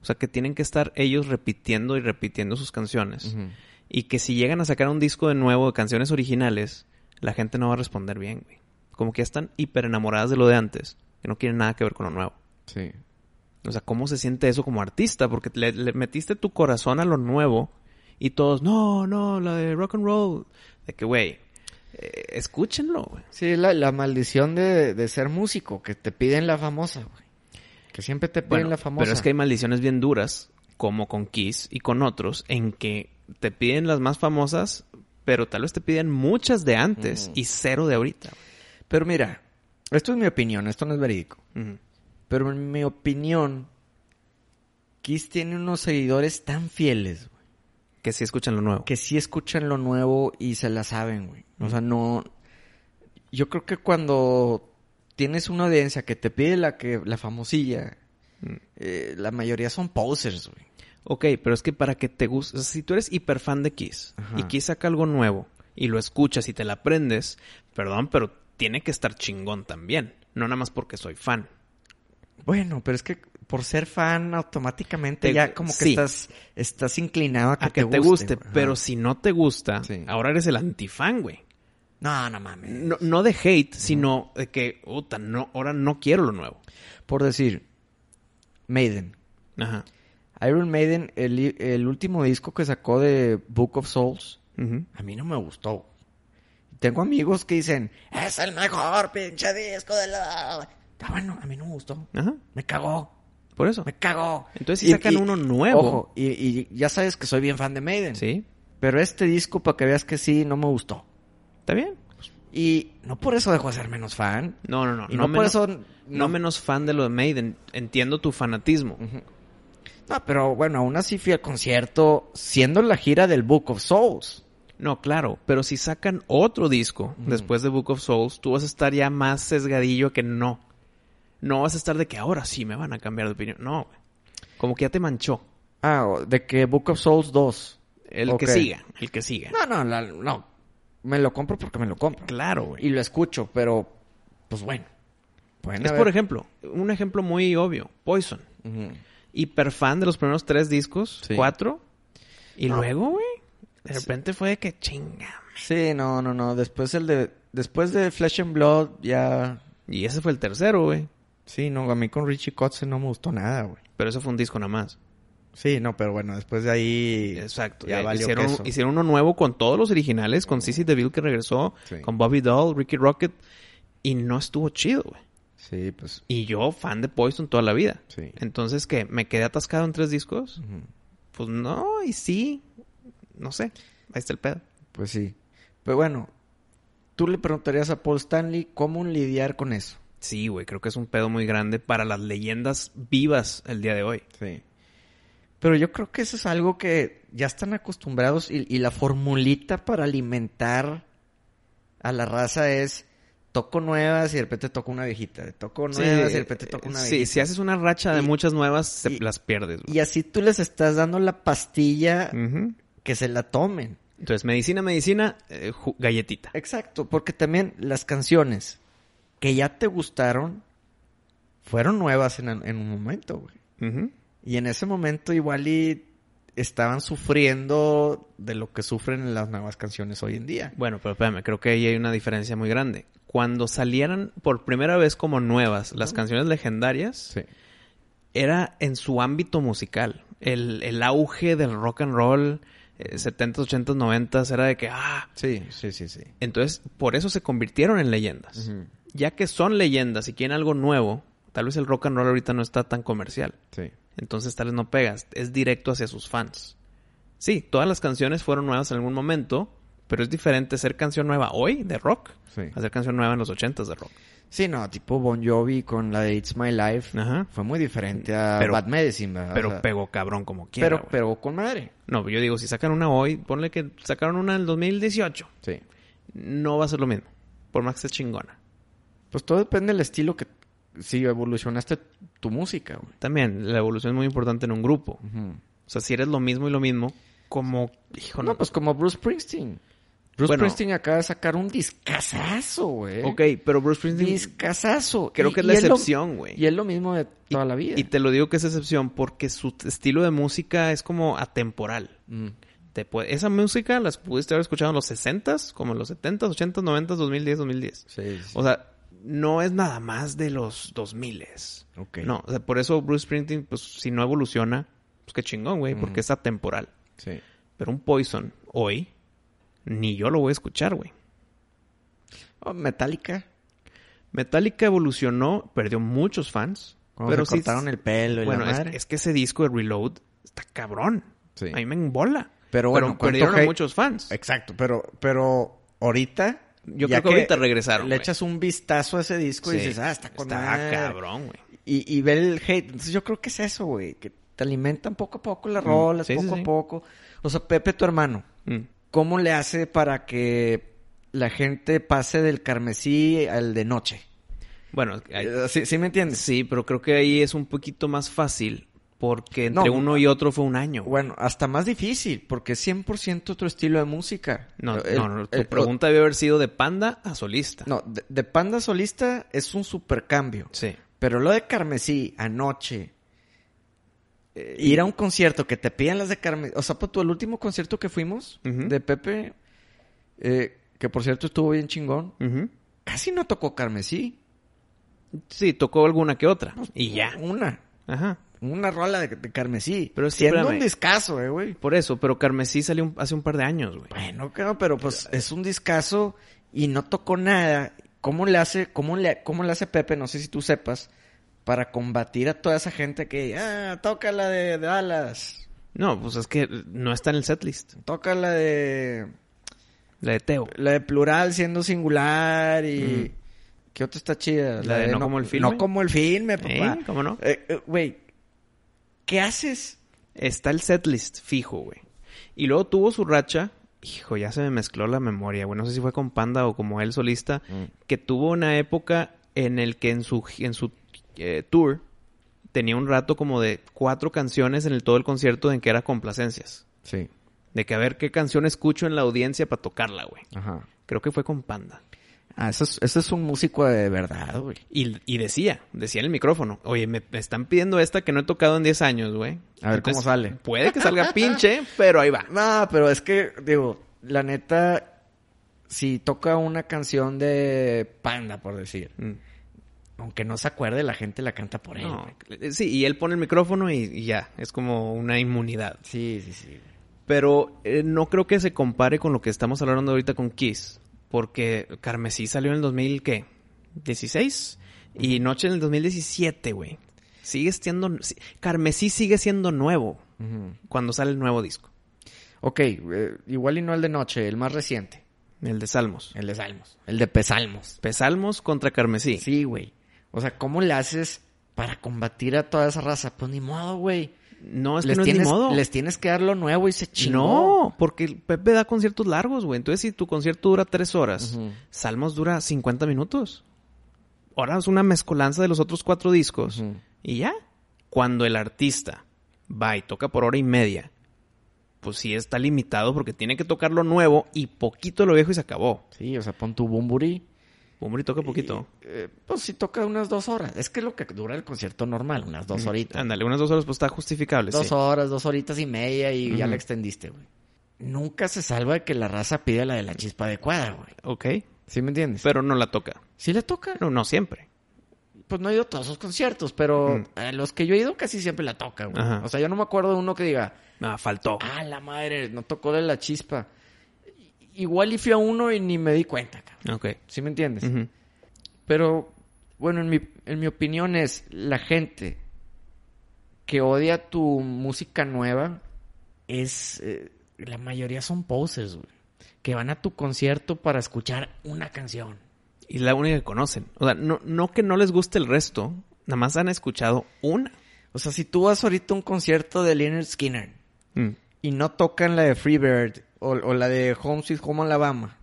O sea, que tienen que estar ellos repitiendo y repitiendo sus canciones.
Ujú.
Y que si llegan a sacar un disco de nuevo de canciones originales, la gente no va a responder bien, güey. Como que ya están hiper enamoradas de lo de antes, que no quieren nada que ver con lo nuevo.
Sí.
O sea, ¿cómo se siente eso como artista? Porque le, le metiste tu corazón a lo nuevo y todos, no, no, la de rock and roll. De que, güey, eh, escúchenlo, güey.
Sí, la, la maldición de, de ser músico, que te piden la famosa, güey. Que siempre te piden
Bueno,
la famosa.
Pero es que hay maldiciones bien duras, como con Kiss y con otros, en que te piden las más famosas, pero tal vez te piden muchas de antes
Ujú.
y cero de ahorita.
Pero mira, esto es mi opinión, esto no es verídico.
güey. Ujú.
Pero en mi opinión, Kiss tiene unos seguidores tan fieles, güey,
Que sí escuchan lo nuevo.
que sí escuchan lo nuevo y se la saben, güey. O sea, no... Yo creo que cuando tienes una audiencia que te pide la, que, la famosilla,
Mm.
eh, la mayoría son posers, güey.
Ok, pero es que para que te guste, o sea, si tú eres hiper fan de Kiss
Ajá.
y Kiss saca algo nuevo y lo escuchas y te la aprendes, perdón, pero tiene que estar chingón también, no nada más porque soy fan.
Bueno, pero es que por ser fan automáticamente
Te-
ya como que
sí.
estás estás inclinado a que,
A que te guste,
güey. Ajá.
pero si no te gusta,
Sí.
ahora eres el antifan, güey.
no, no mames.
No, no de hate, sino de que, puta, no, ahora no quiero lo nuevo.
Por decir Maiden,
Ajá.
Iron Maiden, el, el último disco que sacó de Book of Souls,
Ujú.
a mí no me gustó. Tengo amigos que dicen, es el mejor pinche disco de la... Está bueno, a mí no me gustó.
Ajá.
Me cagó,
Por eso.
me cagó.
Entonces, si sacan uno nuevo.
Ojo, y, y ya sabes que soy bien fan de Maiden.
Sí.
Pero este disco, para que veas que sí, no me gustó.
Está bien.
Y no por eso dejo de ser menos fan.
No, no, no.
Y no, por
meno-
eso...
no menos fan de lo de Maiden. Entiendo tu fanatismo.
No, pero bueno, aún así fui al concierto siendo la gira del Book of Souls.
No, claro, pero si sacan otro disco después de Book of Souls, tú vas a estar ya más sesgadillo que no. No vas a estar de que ahora sí me van a cambiar de opinión. No, güey. como que ya te manchó.
Ah, o- de que Book of Souls 2.
El
Ok.
que siga, el que siga.
No, no, la- no. Me lo compro porque me lo compro.
Claro,
Y
güey.
lo escucho, pero pues bueno. Pueden
Es
haber-
por ejemplo, un ejemplo muy obvio, Poison.
Ujú.
Hiperfan de los primeros tres discos,
Sí.
cuatro. Y
No.
luego, güey, de repente fue de que chinga.
Sí, no, no, no. Después el de después de Flesh and Blood ya
Y ese fue el tercero, güey.
sí, no, a mí con Richie Kotzen no me gustó nada, güey.
Pero eso fue un disco nada más.
Sí, no, pero bueno, después de ahí
Exacto.
ya
Eh,
valió
hicieron,
queso.
hicieron uno nuevo con todos los originales, con Cissy DeVille que regresó,
Sí.
con Bobby Doll, Ricky Rocket, y no estuvo chido, güey.
Sí, pues
Y yo, fan de Poison toda la vida.
Sí.
Entonces, que ¿Me quedé atascado en tres discos?
ujú.
Pues no, y sí. No sé. Ahí está el pedo.
Pues sí. Pero bueno, tú le preguntarías a Paul Stanley cómo lidiar con eso.
Sí, güey, creo que es un pedo muy grande para las leyendas vivas el día de hoy.
Sí. Pero yo creo que eso es algo que ya están acostumbrados y, y la formulita para alimentar a la raza es toco nuevas y de repente toco una viejita, toco nuevas y de repente toco una
eh, sí,
viejita.
si haces una racha de
Y-
muchas nuevas, se-
y-
las pierdes. güey.
Y así tú les estás dando la pastilla
Ujú.
que se la tomen.
Entonces, medicina, medicina, eh, ju- galletita.
Exacto, porque también las canciones que ya te gustaron fueron nuevas en, en un momento, güey.
Ujú.
Y en ese momento igual y estaban sufriendo de lo que sufren en las nuevas canciones hoy en día.
Bueno, pero espérame, creo que ahí hay una diferencia muy grande. Cuando salieran por primera vez como nuevas las canciones legendarias, era en su ámbito musical. El, el auge del rock and roll, eh, 70s, 80s, 90s, era de que, ah,
Sí, sí, sí, sí.
entonces por eso se convirtieron en leyendas.
Ujú.
Ya que son leyendas y quieren algo nuevo, tal vez el rock and roll ahorita no está tan comercial.
Sí.
Entonces tal vez no pegas, es directo hacia sus fans. Sí, todas las canciones fueron nuevas en algún momento, pero es diferente ser canción nueva hoy de rock
Sí.
a ser canción nueva en los ochentas de rock.
Sí, no, tipo Bon Jovi con la de It's My Life
Ajá.
fue muy diferente a
Pero-
Bad Medicine, ¿verdad?
Pero
O sea,
pegó cabrón como quiera.
pero
güey.
pegó con madre.
No, yo digo, si sacan una hoy, ponle que sacaron una en el 2018,
Sí.
no va a ser lo mismo, por más que sea chingona.
Pues todo depende del estilo que si evolucionaste tu música, güey.
También, la evolución es muy importante en un grupo.
Ujú.
O sea, si eres lo mismo y lo mismo, como, hijo,
No, pues como Bruce Springsteen. Bruce
Bueno.
Springsteen acaba de sacar un discazazo, güey.
Ok, pero Bruce Springsteen
Discazazo.
creo
Y-
que es
y
la
lo-
excepción, güey.
Y es lo mismo de
Y-
toda la vida.
Y te lo digo que es excepción porque su estilo de música es como atemporal.
Mm.
Te pu- esa música las pudiste haber escuchado en los 60s, como en los 70s, 80s, 90s, 2010, 2010. O sea, no es nada más de los 2000s.
Ok.
No, o sea, por eso Bruce Springsteen, pues si no evoluciona, pues qué chingón, güey, porque
Ujú.
es atemporal.
Sí.
Pero un Poison hoy, ni yo lo voy a escuchar, güey.
Oh, Metallica.
Metallica evolucionó, perdió muchos fans.
Cuando
pero
se cortaron el pelo y
Bueno,
la
es,
madre.
es que ese disco de Reload está cabrón.
Sí.
A mí me embola.
Pero bueno, ¿cuánto
perdieron a
hate?
muchos fans.
Exacto, pero, pero ahorita...
Yo
ya
creo que ahorita regresaron,
Le
güey.
echas un vistazo a ese disco y
Sí.
dices, ah, está con
Está
madre.
cabrón, güey.
Y, y ve el hate. Entonces yo creo que es eso, güey. Que te alimentan poco a poco las
Mm,
rolas,
sí, sí,
poco a
sí.
poco. O sea, Pepe, tu hermano,
Mm.
¿cómo le hace para que la gente pase del carmesí al de noche?
Bueno, ahí-
Eh, ¿Sí, sí me entiendes?
sí, pero creo que ahí es un poquito más fácil porque entre
No.
uno y otro fue un año. güey.
Bueno, hasta más difícil, porque es 100% otro estilo de música.
No,
El-
no, no, tu
el-
pregunta debe haber sido de panda a solista.
No, de, de Panda Solista es un supercambio.
Sí.
Pero lo de Carmesí, anoche, eh, ir a un concierto que te pidan las de Carmesí. O sea, pues tú, el último concierto que fuimos
Ujú.
de Pepe, eh, que por cierto estuvo bien chingón,
Ujú.
casi no tocó Carmesí.
Sí, tocó alguna que otra. Y ya.
Una.
Ajá.
una rola de, de carmesí.
Pero es que,
siendo
espérame.
un discazo, eh, güey.
Por eso, pero Carmesí salió un- hace un par de años, güey.
Bueno, claro, pero pues
eh.
es un discazo y no tocó nada. ¿Cómo le hace, cómo le, cómo le hace Pepe? No sé si tú sepas, para combatir a toda esa gente que, ah, toca la de Dallas,
No, pues es que no está en el setlist.
toca la de
La de Teo.
la de plural siendo singular y ¿qué otra está chida?
La de No como el filme.
No como el filme, papá.
¿Eh? ¿Cómo no?
Eh, eh, Güey, ¿qué haces?
Está el setlist fijo, güey. Y luego tuvo su racha. Hijo, ya se me mezcló la memoria, güey. No sé si fue con Panda o como él solista. Que tuvo una época en el que en su, en su eh, tour tenía un rato como de cuatro canciones en el todo el concierto en que era complacencias.
Sí,
De que a ver qué canción escucho en la audiencia para tocarla, güey.
ajá.
Creo que fue con Panda.
Ah, eso es, eso es un músico de verdad, güey.
Y, y decía, decía en el micrófono, oye, me me están pidiendo esta que no he tocado en 10 años, güey.
A ver cómo sale.
Puede que salga pinche, pero ahí va.
No, pero es que, digo, la neta, si toca una canción de Panda, por decir,
Mm.
aunque no se acuerde, la gente la canta por él.
No,
güey.
eh, sí, y él pone el micrófono y, y ya, es como una inmunidad.
Sí, sí, sí. güey.
Pero eh, no creo que se compare con lo que estamos hablando ahorita con Kiss, porque Carmesí salió en el 2000, ¿qué? 16 y Noche en el 2017, güey. Sigue siendo, sí, Carmesí sigue siendo nuevo cuando sale el nuevo disco,
Ok, eh, igual y no el de noche, el más reciente,
el de Salmos.
el de Salmos, el de Pesalmos.
Pesalmos contra Carmesí.
Sí, güey. O sea, ¿cómo le haces para combatir a toda esa raza? Pues ni modo, güey.
No, es que
les,
no es ni
tienes,
modo.
les tienes que dar lo nuevo y se chingó.
No, porque el Pepe da conciertos largos, güey. Entonces, si tu concierto dura tres horas,
Ujú.
Salmos dura 50 minutos. Ahora es una mezcolanza de los otros cuatro discos.
Ujú.
Y ya. Cuando el artista va y toca por hora y media, pues sí está limitado porque tiene que tocar lo nuevo y poquito lo viejo y se acabó.
Sí, o sea, pon tu bumburi.
Hombre, toca poquito.
Eh, pues si toca unas dos horas. Es que es lo que dura el concierto normal, unas dos horitas.
Ándale, unas dos horas, pues está justificable.
Dos
sí.
horas, dos horitas y media y ya
Ujú.
la extendiste, güey. Nunca se salva de que la raza pida la de la chispa adecuada, güey.
Ok,
¿Sí me entiendes?
pero no la toca.
sí la toca.
No, no siempre.
Pues no he ido a todos esos conciertos, pero
Mm.
a los que yo he ido casi siempre la toca, güey.
Ajá.
O sea, yo no me acuerdo de uno que diga,
Ah, faltó.
ah, la madre, no tocó de la chispa. I- Igual y fui a uno y ni me di cuenta, cabrón.
Ok.
¿Sí me entiendes?
Ujú.
Pero, bueno, en mi, en mi opinión es la gente que odia tu música nueva es... eh, la mayoría son poses, güey. Que van a tu concierto para escuchar una canción.
Y la única que conocen. O sea, no, no que no les guste el resto, nada más han escuchado una.
O sea, si tú vas ahorita a un concierto de Leonard Skinner
Mm,
y no tocan la de Freebird o, o la de Home Sweet Home Alabama,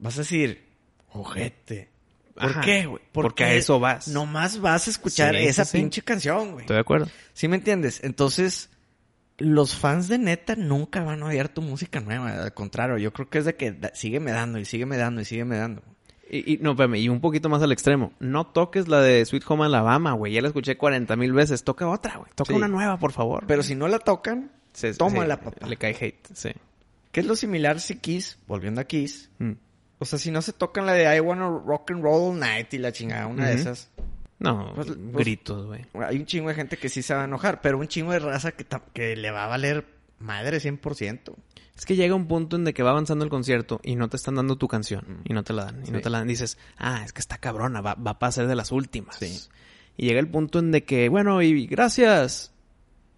vas a decir, ojete. ¿Por
Ajá.
qué, güey? ¿Por
Porque a
qué
eso vas.
Nomás vas a escuchar
Sí, sí,
esa
sí.
pinche canción, güey.
Estoy de acuerdo.
¿Sí me entiendes? Entonces, los fans de neta nunca van a odiar tu música nueva. Al contrario, yo creo que es de que da- sígueme dando y sígueme dando y sígueme dando.
Y, y- no, espérame, y un poquito más al extremo. No toques la de Sweet Home Alabama, güey. Ya la escuché 40 mil veces. Toca otra, güey. Toca
Sí.
una nueva, por favor.
Pero si no la tocan,
Sí, sí,
tómala,
sí.
papá.
Le cae hate, sí.
¿Qué es lo similar si Kiss, volviendo a Kiss?
Mm.
O sea, si no se tocan la de I Wanna Rock and Roll All Night y la chingada, una de
Ujú.
esas.
No,
Pues- pues-
gritos, güey.
Hay un chingo de gente que sí se va a enojar, pero un chingo de raza que, tam- que le va a valer madre 100%.
Es que llega un punto en de que va avanzando el concierto y no te están dando tu canción. Y no te la dan. Y no
Mm. Sí.
te la dan. Dices, ah, es que está cabrona. Va, va a pasar de las últimas.
Sí.
Y llega el punto en de que, bueno, y gracias.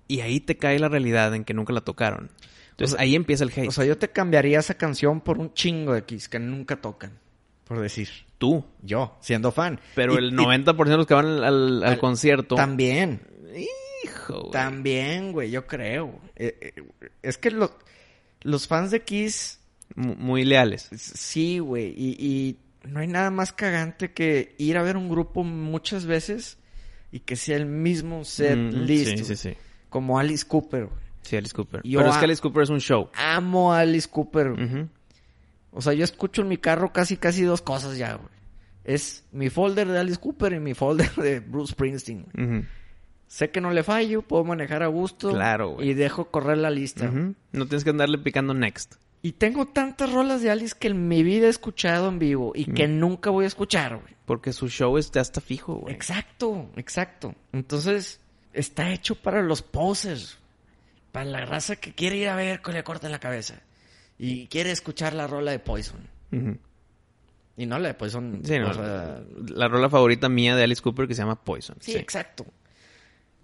Y ahí te cae la realidad en que nunca la tocaron. Entonces ahí empieza el hate.
O sea, yo te cambiaría esa canción por un chingo de Kiss que nunca tocan, por decir.
Tú.
Yo, siendo fan.
Pero
Y-
el
y
90% de los que van al, al- al
Al-
concierto.
También,
Hijo, güey.
también, güey, yo creo. Eh, eh, es que los, los fans de Kiss,
Mu- Muy leales.
sí, güey, y, y no hay nada más cagante que ir a ver un grupo muchas veces y que sea el mismo set
Mm,
list,
Sí, sí,
güey.
sí.
como Alice Cooper. güey.
Sí, Alice Cooper.
Yo
Pero es
a-
que Alice Cooper es un show.
Amo a Alice Cooper. güey.
Ujú.
O sea, yo escucho en mi carro casi, casi dos cosas ya, güey. Es mi folder de Alice Cooper y mi folder de Bruce Springsteen. güey.
Ujú.
Sé que no le fallo, puedo manejar a gusto.
Claro, güey.
Y dejo correr la lista. güey.
Ujú. No tienes que andarle picando next.
Y tengo tantas rolas de Alice que en mi vida he escuchado en vivo y que nunca voy a escuchar, güey.
Porque su show es- ya está fijo, Mm. güey.
Exacto, exacto. Entonces, está hecho para los posers, para la raza que quiere ir a ver que le cortan la cabeza y quiere escuchar la rola de Poison.
Ujú.
Y no la de Poison.
Sí, no,
o sea,
la rola favorita mía de Alice Cooper que se llama Poison.
sí, exacto.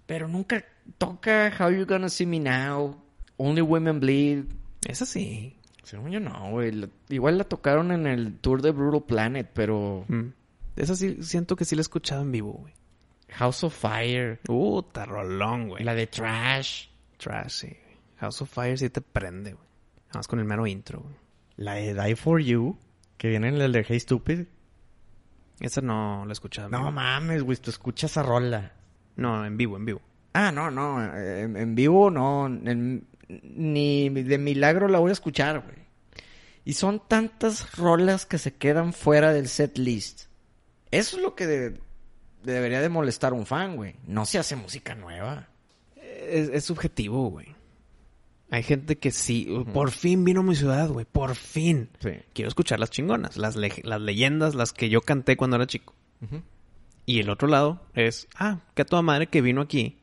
Pero nunca toca How You Gonna See Me Now, Only Women Bleed.
Esa sí.
Según yo no, güey. La- Igual la tocaron en el tour de Brutal Planet, pero
Mm. Esa sí, siento que sí la he escuchado en vivo, güey.
House of Fire,
Uh, tarrolón, güey.
la de Trash,
Trash, sí. güey. House of Fire sí te prende, güey. Nada más con el mero intro, güey.
la de Die For You, que viene en el de Hey Stupid.
Esa no la he escuchado. en
No
vivo.
mames, güey, tú escuchas esa rola.
No, en vivo, en vivo.
Ah, no, no, en, en vivo no, en- ni de milagro la voy a escuchar, güey. Y son tantas rolas que se quedan fuera del set list. Eso es lo que de- debería de molestar a un fan, güey. No se hace música nueva.
Es, es subjetivo, güey. Hay gente que sí. uh, Por fin vino a mi ciudad, güey. Por fin.
Sí.
Quiero escuchar las chingonas, las, le- las leyendas, las que yo canté cuando era chico. Y el otro lado es, ah, que a toda madre que vino aquí.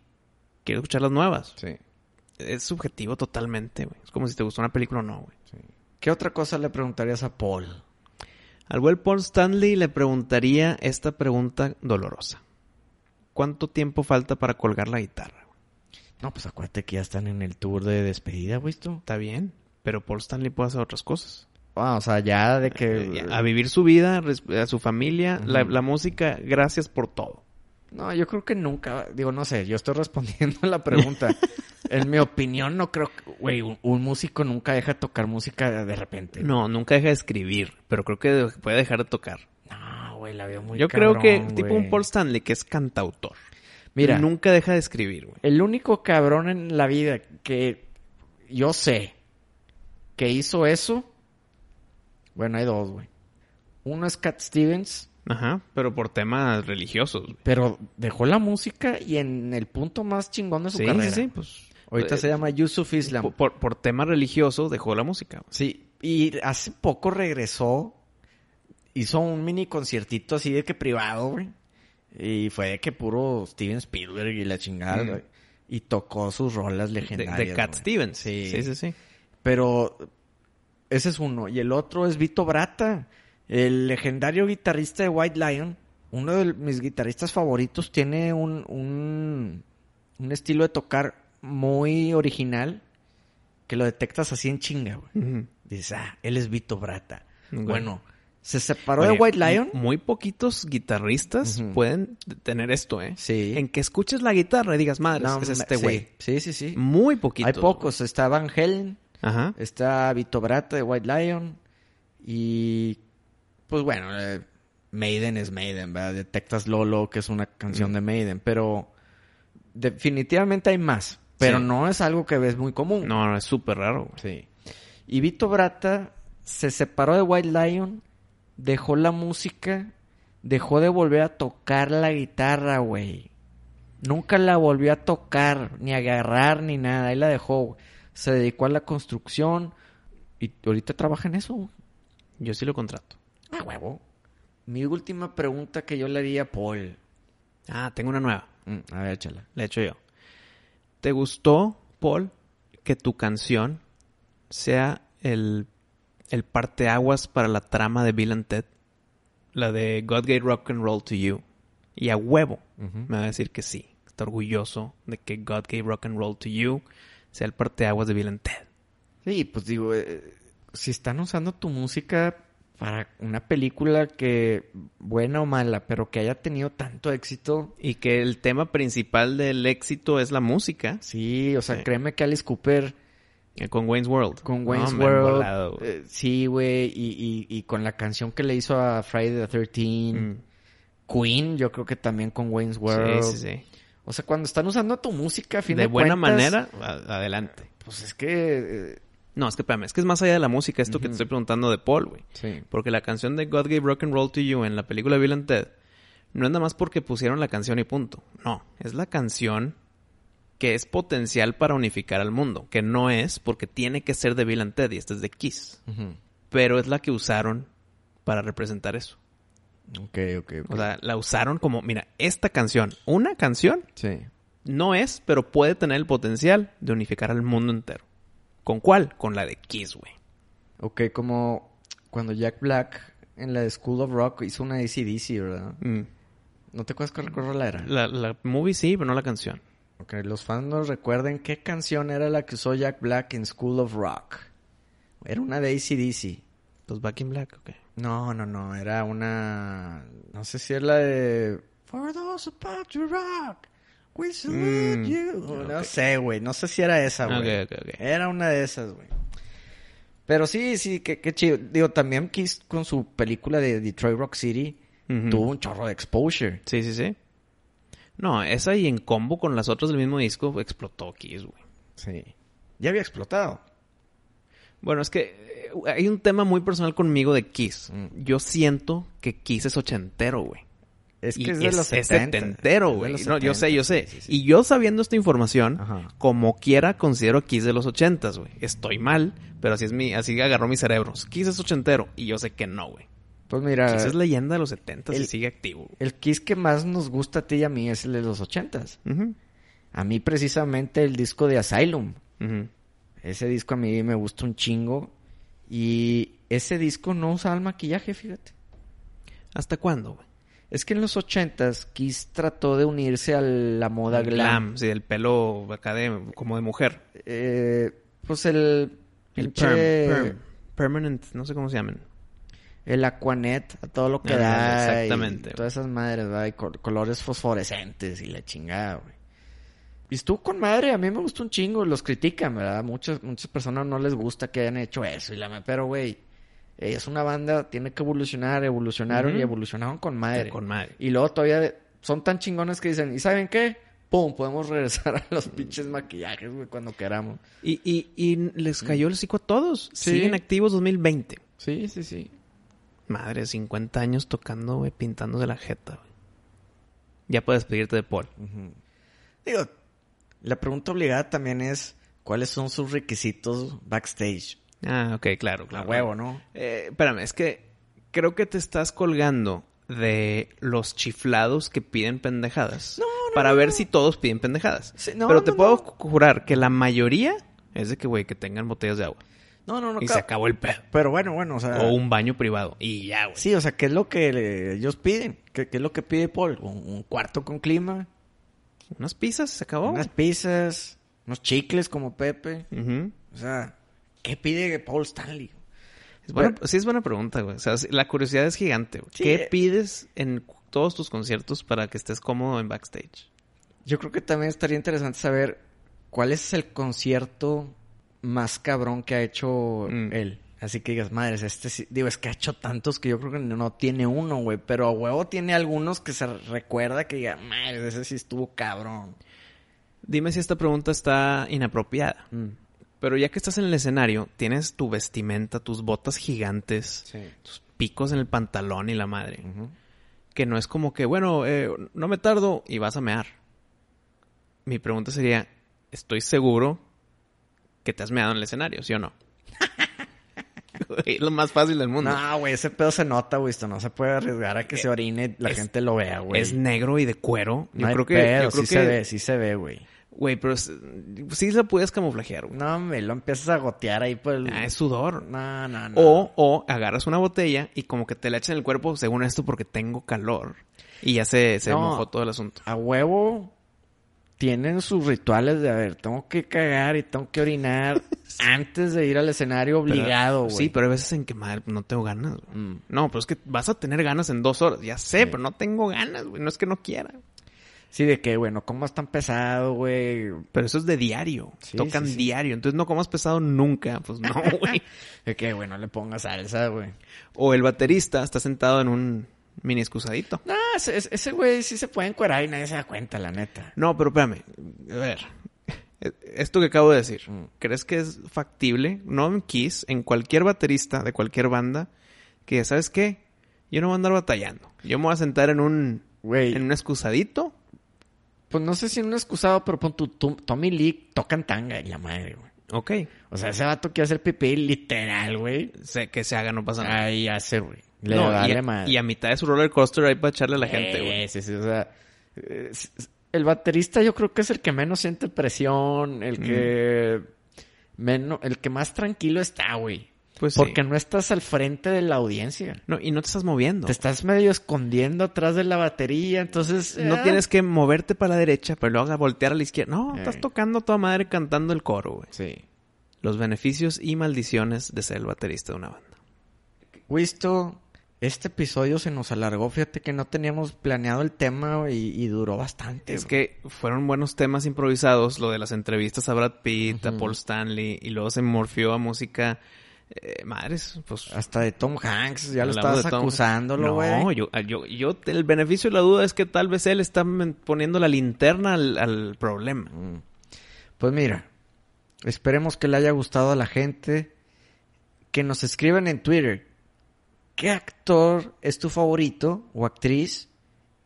Quiero escuchar las nuevas.
Sí.
Es subjetivo totalmente, güey. Es como si te gustó una película o no, güey.
¿Qué otra cosa le preguntarías a Paul?
Al buen Paul Stanley le preguntaría esta pregunta dolorosa. ¿Cuánto tiempo falta para colgar la guitarra? güey?
No, pues acuérdate que ya están en el tour de despedida, güey, tú.
Está bien, pero Paul Stanley puede hacer otras cosas.
Ah, o sea, ya de que...
Eh, A vivir su vida, res- a su familia,
Ujú.
la, la música, gracias por todo.
No, yo creo que nunca. Digo, no sé, yo estoy respondiendo a la pregunta. en mi opinión, no creo que. Güey, un, un músico nunca deja de tocar música de repente.
No, nunca deja de escribir, pero creo que de- puede dejar de tocar.
No, güey, la veo muy
Yo creo
cabrón,
que tipo
güey.
un Paul Stanley que es cantautor.
Mira,
Nunca deja de escribir, güey.
el único cabrón en la vida que yo sé que hizo eso. Bueno, hay dos, güey. Uno es Cat Stevens,
Ajá, pero por temas religiosos, güey.
pero dejó la música y en el punto más chingón de su
Sí,
carrera.
sí, sí, pues.
Ahorita
eh,
se llama Yusuf Islam.
por- Por, por tema religioso dejó la música. güey.
Sí, y hace poco regresó, hizo un mini conciertito así de que privado, güey. Y fue de que puro Steven Spielberg y la chingada,
Mm.
güey. Y tocó sus rolas
De,
legendarias.
de Cat
güey.
Stevens.
Sí.
sí, sí, sí.
Pero ese es uno. Y el otro es Vito Brata, el legendario guitarrista de White Lion. Uno de mis guitarristas favoritos tiene un, un, un estilo de tocar muy original que lo detectas así en chinga, güey. Dices, ah, él es Vito Brata.
Ok.
Bueno, se separó de
Oye,
White Lion.
mu- Muy poquitos guitarristas
Ujú.
pueden t- tener esto, ¿eh?
Sí.
En que escuches la guitarra y digas, madre,
No,
es
me-
este
sí,
güey.
Sí, sí, sí.
Muy poquitos.
Hay pocos. Está Van Helen,
güey. Ajá.
está Vito Brata de White Lion. Y pues bueno, eh, Maiden es Maiden, ¿verdad? Detectas Lolo, que es una
Mm.
canción de Maiden. Pero definitivamente hay más. Pero
Sí.
no es algo que ves muy común.
No, no, es súper raro, güey.
Sí. Y Vito Brata se separó de White Lion, dejó la música, dejó de volver a tocar la guitarra, güey. Nunca la volvió a tocar, ni a agarrar, ni nada. Ahí la dejó, güey. Se dedicó a la construcción y ahorita trabaja en eso, güey.
Yo sí lo contrato.
A huevo. Mi última pregunta que yo le haría a Paul.
Ah, tengo una nueva.
Mm, a ver, échala.
La he hecho yo. ¿Te gustó, Paul, que tu canción sea el, el parteaguas para la trama de Bill and Ted? La de God gave rock and roll to you. Y a huevo me va a decir que sí. Está orgulloso de que God gave rock and roll to you sea el parteaguas de Bill and Ted.
Sí, pues digo, eh, si están usando tu música para una película que, buena o mala, pero que haya tenido tanto éxito,
Y que el tema principal del éxito es la música.
sí, o sea,
Sí.
créeme que Alice Cooper
eh, Con Wayne's World. Ah,
con Wayne's
No, me he
World,
volado, güey.
eh, sí, güey, y, y- y con la canción que le hizo a Friday the 13th,
Mm.
Queen, yo creo que también con Wayne's World.
Sí, sí, sí.
O sea, cuando están usando tu música, a fin de,
De buena
cuentas,
manera, a- adelante.
pues es que... eh,
No, es que espérame, es que es más allá de la música esto que te
Ujú.
estoy preguntando de Paul, güey.
sí.
Porque la canción de God Gave Rock and Roll to You en la película Bill and Ted no es nada más porque pusieron la canción y punto. No, es la canción que es potencial para unificar al mundo, que no es porque tiene que ser de Bill and Ted y esta es de Kiss,
Ujú.
pero es la que usaron para representar eso.
Ok, ok, ok.
O sea, la usaron como, mira, esta canción, una canción
sí.
No es, pero puede tener el potencial de unificar al mundo entero. ¿Con cuál? Con la de Kiss, güey.
Ok, como cuando Jack Black en la de School of Rock hizo una ACDC, ¿verdad?
Mm.
¿No te acuerdas cuál cuál la era?
La, la movie sí, pero no la canción.
Ok, los fans nos recuerden qué canción era la que usó Jack Black en School of Rock. Era una de ACDC.
Los Back in Black, ok.
No, no, no, era una... No sé si es la de... For those about to rock, we salute
Mm,
you. O No
ok.
sé, güey, no sé si era esa, güey.
Ok, ok, ok.
Era una de esas, güey. Pero sí, sí, qué, qué chido. Digo, también Kiss con su película de Detroit Rock City
Ujú.
tuvo un chorro de exposure.
Sí, sí, sí. No, esa y en combo con las otras del mismo disco explotó Kiss, güey.
Sí. Ya había explotado.
Bueno, es que eh, hay un tema muy personal conmigo de Kiss.
Mm.
Yo siento que Kiss es ochentero, güey.
Es
Y
que es de los 70.
setentero,
Es de
güey.
los
No, yo
70,
sé, yo sé.
sí, sí, sí.
Y yo sabiendo esta información,
Ajá.
como quiera considero Kiss de los ochentas, güey. Estoy mal, pero así es mi, así agarró mi cerebro. Kiss es ochentero y yo sé que no, güey.
Pues mira,
Kiss es leyenda de los setentas y
el-
sigue activo. güey.
el Kiss que más nos gusta a ti y a mí es el de los 80
Ujú,
A mí precisamente el disco de Asylum.
ujú.
Ese disco a mí me gusta un chingo. Y ese disco no usaba el maquillaje, fíjate.
¿Hasta cuándo, güey?
Es que en los 80s Kiss trató de unirse a la moda glam.
sí, el pelo acá de, como de mujer.
Eh, pues el
El
pinche-
perm, perm. Permanent, no sé cómo se llaman.
el aquanet a todo lo que
Ándale,
da. y
exactamente.
todas esas madres, ¿verdad? Y col- colores fosforescentes y la chingada, güey. Y estuvo con madre, a mí me gustó un chingo, los critican, ¿verdad? Muchas, muchas personas no les gusta que hayan hecho eso y la ma- pero güey, eh, es una banda, tiene que evolucionar, evolucionaron
Ujú.
y evolucionaron con madre.
Con madre.
Y luego todavía son tan chingones que dicen, ¿y saben qué? Pum, podemos regresar a los pinches maquillajes, güey, cuando queramos.
Y, y, y les cayó el psico a todos.
Sí.
Siguen activos 2020.
Sí, sí, sí.
Madre, 50 años tocando, güey, pintándose la jeta, güey. Ya puedes pedirte de Paul.
Digo, la pregunta obligada también es cuáles son sus requisitos backstage.
Ah, ok, claro,
La
claro.
huevo, ¿no?
Eh, espérame, es que creo que te estás colgando de los chiflados que piden pendejadas.
No, no,
Para
no,
ver
no.
si todos piden pendejadas.
Sí, no,
Pero te
no,
puedo
no.
jurar que la mayoría es de que, güey, que tengan botellas de agua.
No, no, no.
y se
claro. Ah.
acabó el pedo.
Pero bueno, bueno, o sea.
O un baño privado. Y ya, güey.
Sí, o sea, ¿qué es lo que eh, ellos piden? ¿Qué, qué es lo que pide Paul? Un, un cuarto con clima,
Unas pizzas, se acabó.
unas pizzas, unos chicles como Pepe.
Ujú.
O sea, ¿qué pide Paul Stanley?
Es buena-
Pero-
sí, es buena pregunta, güey. O sea, sí, la curiosidad es gigante, güey.
Sí. eh.
¿Qué pides en cu- todos tus conciertos para que estés cómodo en backstage?
Yo creo que también estaría interesante saber cuál es el concierto más cabrón que ha hecho
Mm.
él. Así que digas, madres, este sí- digo, es que ha hecho tantos que yo creo que no tiene uno, güey, pero a huevo tiene algunos que se recuerda que diga, madres, ese sí estuvo cabrón.
Dime si esta pregunta está inapropiada.
Mm.
Pero ya que estás en el escenario, tienes tu vestimenta, tus botas gigantes,
Sí.
tus picos en el pantalón y la madre. Que no es como que, bueno, eh, no me tardo y vas a mear. Mi pregunta sería, ¿estoy seguro que te has meado en el escenario, sí o no? es lo más fácil del mundo.
No, güey, ese pedo se nota, güey, esto no se puede arriesgar a que se orine, la
es-
gente lo vea, güey.
Es negro y de cuero. Yo
No hay
creo que.
pedo,
yo creo
sí
que-
se ve, sí se ve, güey.
Güey, pero es- sí la puedes camuflajear, güey.
No, me lo empiezas a gotear ahí por el...
Ah, es sudor.
No, no, no.
O, o agarras una botella y como que te la echas en el cuerpo según esto porque tengo calor. Y ya se, se
No.
mojó todo el asunto.
a huevo tienen sus rituales de, a ver, tengo que cagar y tengo que orinar antes de ir al escenario
Pero-
obligado, güey.
Sí, pero hay veces en que madre, no tengo ganas. güey.
Mm.
No, pero es que vas a tener ganas en dos horas. Ya sé,
Sí.
pero no tengo ganas, güey. No es que no quiera.
Sí, de que, bueno, comas tan pesado, güey.
Pero eso es de diario.
Sí,
Tocan
sí, sí.
diario. Entonces no comas pesado nunca. Pues no, güey.
De que, bueno, le pongas salsa, güey.
o el baterista está sentado en un mini excusadito.
No, ese ese- ese güey sí se puede encuerar y nadie se da cuenta, la neta.
No, pero espérame. A ver. E-, Esto que acabo de decir,
Mm.
¿crees que es factible? No en Kiss, en cualquier baterista de cualquier banda, que sabes qué, yo no voy a andar batallando. Yo me voy a sentar en un
Güey,
en un excusadito.
pues no sé si en un excusado, pero pon tu, tu- Tommy Lee tocan tanga y la madre, güey.
Ok.
O sea, ese vato quiere hacer pipí literal, güey.
Sé que se haga, no pasa nada.
Ahí hace, güey. Ah, Le
No, y,
vale
a,
madre.
y a mitad de su roller coaster ahí para echarle a la gente, güey.
Sí, sí, sí, o sea, eh, s- s- el baterista yo creo que es el que menos siente presión,
Mm.
el que menos, el que más tranquilo está, güey.
Pues sí.
Porque no estás al frente de la audiencia.
No, y no te estás moviendo.
Te estás medio escondiendo atrás de la batería, entonces
No
eh,
tienes que moverte para la derecha, pero luego a voltear a la izquierda. No,
Eh.
estás tocando a toda madre cantando el coro, güey.
Sí.
Los beneficios y maldiciones de ser el baterista de una banda.
Wisto, este episodio se nos alargó, fíjate que no teníamos planeado el tema güey, y, y duró bastante.
Es
güey.
que fueron buenos temas improvisados, lo de las entrevistas a Brad Pitt, a
Ujú.
Paul Stanley, y luego se morfió a música. eh, madres, pues.
hasta de Tom Hanks, Ah, ya lo
hablamos
estabas
de Tom-
acusándolo, güey.
No, yo, yo, yo- el beneficio de la duda es que tal vez él está men- poniendo la linterna al, al problema.
Mm. Pues mira, esperemos que le haya gustado a la gente. Que nos escriban en Twitter. ¿Qué actor es tu favorito o actriz?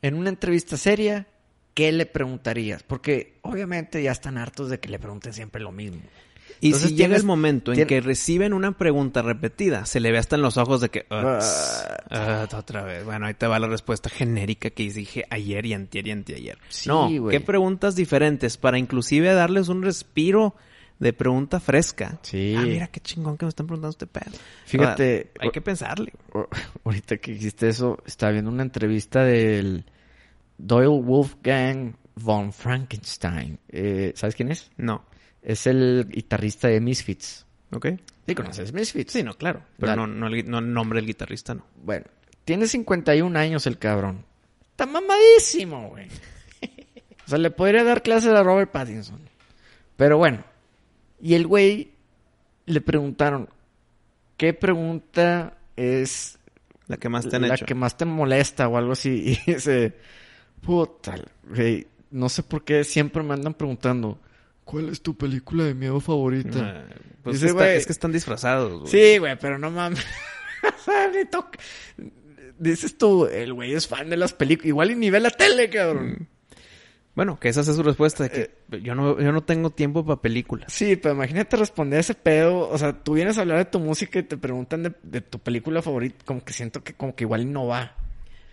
En una entrevista seria, ¿qué le preguntarías? Porque obviamente ya están hartos de que le pregunten siempre lo mismo.
Y
Entonces
si llega
tienes-
el momento en
tien-
que reciben una pregunta repetida, se le ve hasta en los ojos de que. "Ah, tss,
Ah.
ah, otra vez. Bueno, ahí te va la respuesta genérica que dije ayer y antier y anteayer.
Sí,
no,
güey.
qué preguntas diferentes para inclusive darles un respiro de pregunta fresca.
Sí.
Ah, mira qué chingón que me están preguntando este pedo.
Fíjate,
Ah, hay que pensarle.
O- ahorita que hiciste eso, estaba viendo una entrevista del Doyle Wolfgang von Frankenstein. Eh, ¿Sabes quién es?
No.
Es el guitarrista de Misfits.
¿Ok?
¿Sí conoces Misfits?
Sí, no, claro. Pero
Dale.
no, no, el, gui- no el nombre del guitarrista, no.
Bueno, tiene 51 años el cabrón. Está mamadísimo, güey. O sea, le podría dar clases a Robert Pattinson. Pero bueno. Y el güey le preguntaron, ¿qué pregunta es
La que más te han
la
hecho.
que más te molesta o algo así. Y dice, puta, güey, no sé por qué siempre me andan preguntando, ¿cuál es tu película de miedo favorita?
Ah, pues
Dice,
está-
güey.
es que están disfrazados. güey.
Sí, güey, pero no mames. O sea, ni toc- Dices tú, el güey es fan de las películas. Igual y ni ve la tele, cabrón.
Bueno, que esa es su respuesta. de que yo, no, yo no tengo tiempo para películas.
Sí, pero imagínate responder ese pedo. O sea, tú vienes a hablar de tu música y te preguntan de, de tu película favorita. Como que siento que como que igual y no va.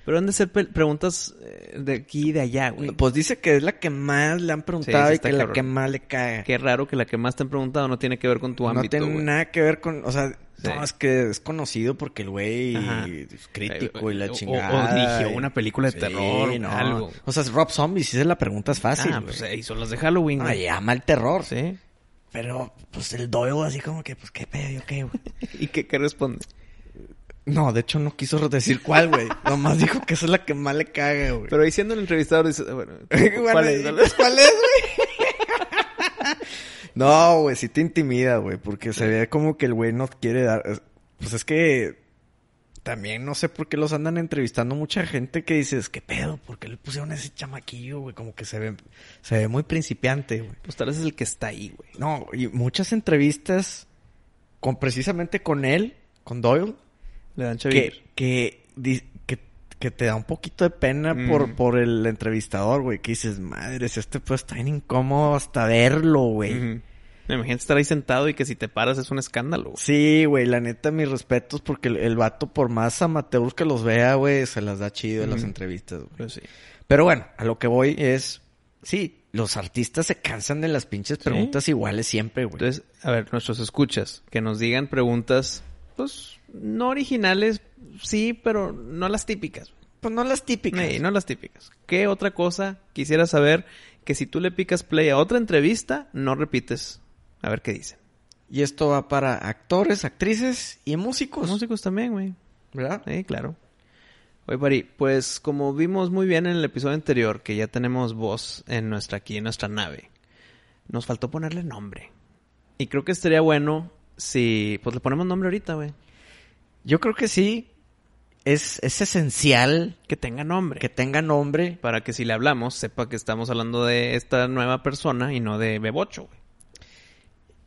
Pero han de ser pe- preguntas eh, de aquí y de allá, güey.
Pues dice que es la que más le han preguntado y
está
que es la
cabrón.
que más le caga.
Qué raro que la que más te han preguntado no tiene que ver con tu
No
ámbito,
tiene
güey.
nada que ver con, o sea,
Sí.
no, es que es conocido porque el güey
Ajá.
es crítico y
O-
la
o-
chingada.
o dirigió
y-
una película de terror, algo.
O sea, es Rob Zombie, si se la pregunta es fácil.
ah,
güey.
pues eh, son las de Halloween,
No,
güey.
y ama el terror.
Sí.
Pero, pues el Doyle así como que, pues qué pedo, yo qué, güey.
¿Y qué, qué responde?
No, de hecho no quiso decir cuál, güey. Nomás dijo que esa es la que más le caga, güey.
Pero diciendo el entrevistador, dice, bueno,
Igual,
¿cuál
y,
es? ¿Cuál es?
pues, ¿Cuál es, güey? no, güey, sí te intimida, güey, porque se ve como que el güey no quiere dar. es- Pues es que también no sé por qué los andan entrevistando mucha gente que dices, ¿qué pedo? ¿Por qué le pusieron ese chamaquillo, güey? Como que se ve, se ve muy principiante, güey.
Pues tal vez es el que está ahí, güey.
No, y muchas entrevistas con precisamente con él, con Doyle,
Le dan
que,
chavir.
que, di- que, que te da un poquito de pena
Mm.
por, por el entrevistador, güey. Que dices, madres, este pues está bien incómodo hasta verlo, güey.
Ujú. Me imagino estar ahí sentado y que si te paras es un escándalo. güey.
Sí, güey, la neta, mis respetos, porque el, el vato, por más amateur que los vea, güey, se las da chido en las
Ujú.
entrevistas, güey.
Pero Pues sí.
Pero bueno, a lo que voy es, sí, los artistas se cansan de las pinches preguntas iguales siempre, güey.
Entonces, a ver, nuestros escuchas, que nos digan preguntas, pues, no originales, sí, pero no las típicas.
pues no las típicas.
Sí, no las típicas. ¿Qué otra cosa quisiera saber que si tú le picas play a otra entrevista, no repites? A ver qué dicen.
Y esto va para actores, actrices y músicos,
Músicos también, güey.
¿verdad?
Sí, claro. Oye, Pari, pues como vimos muy bien en el episodio anterior, que ya tenemos voz en nuestra, aquí en nuestra nave, nos faltó ponerle nombre. Y creo que estaría bueno si, pues le ponemos nombre ahorita, güey.
Yo creo que sí. Es, es esencial
Que tenga nombre.
que tenga nombre.
Para que si le hablamos, sepa que estamos hablando de esta nueva persona y no de Bebocho, güey.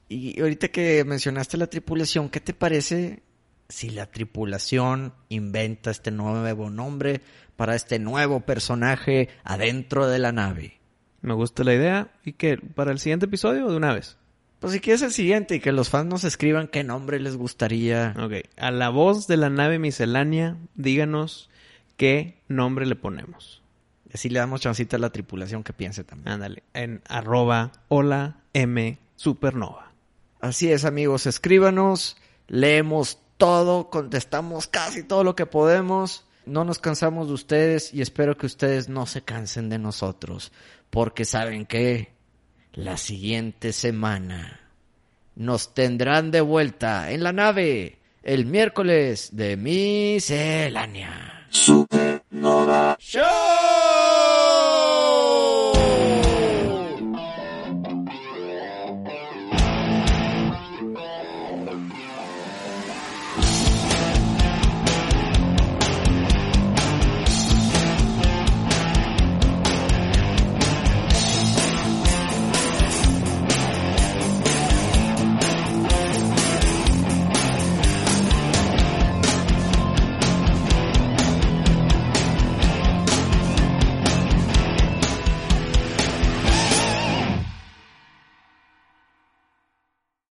Y ahorita que mencionaste la tripulación, ¿qué te parece si la tripulación inventa este nuevo nombre para este nuevo personaje adentro de la nave?
Me gusta la idea. ¿Y que ¿Para el siguiente episodio o de una vez?
Pues si quieres el siguiente y que los fans nos escriban qué nombre les gustaría.
Ok. A la voz de la nave miscelánea, díganos qué nombre le ponemos.
Así le damos chancita a la tripulación que piense también.
Ándale. En arroba hola M Supernova.
Así es, amigos. Escríbanos, leemos todo, contestamos casi todo lo que podemos. No nos cansamos de ustedes y espero que ustedes no se cansen de nosotros. Porque saben que la siguiente semana nos tendrán de vuelta en la nave el miércoles de miscelánea.
Supernova
¡Show!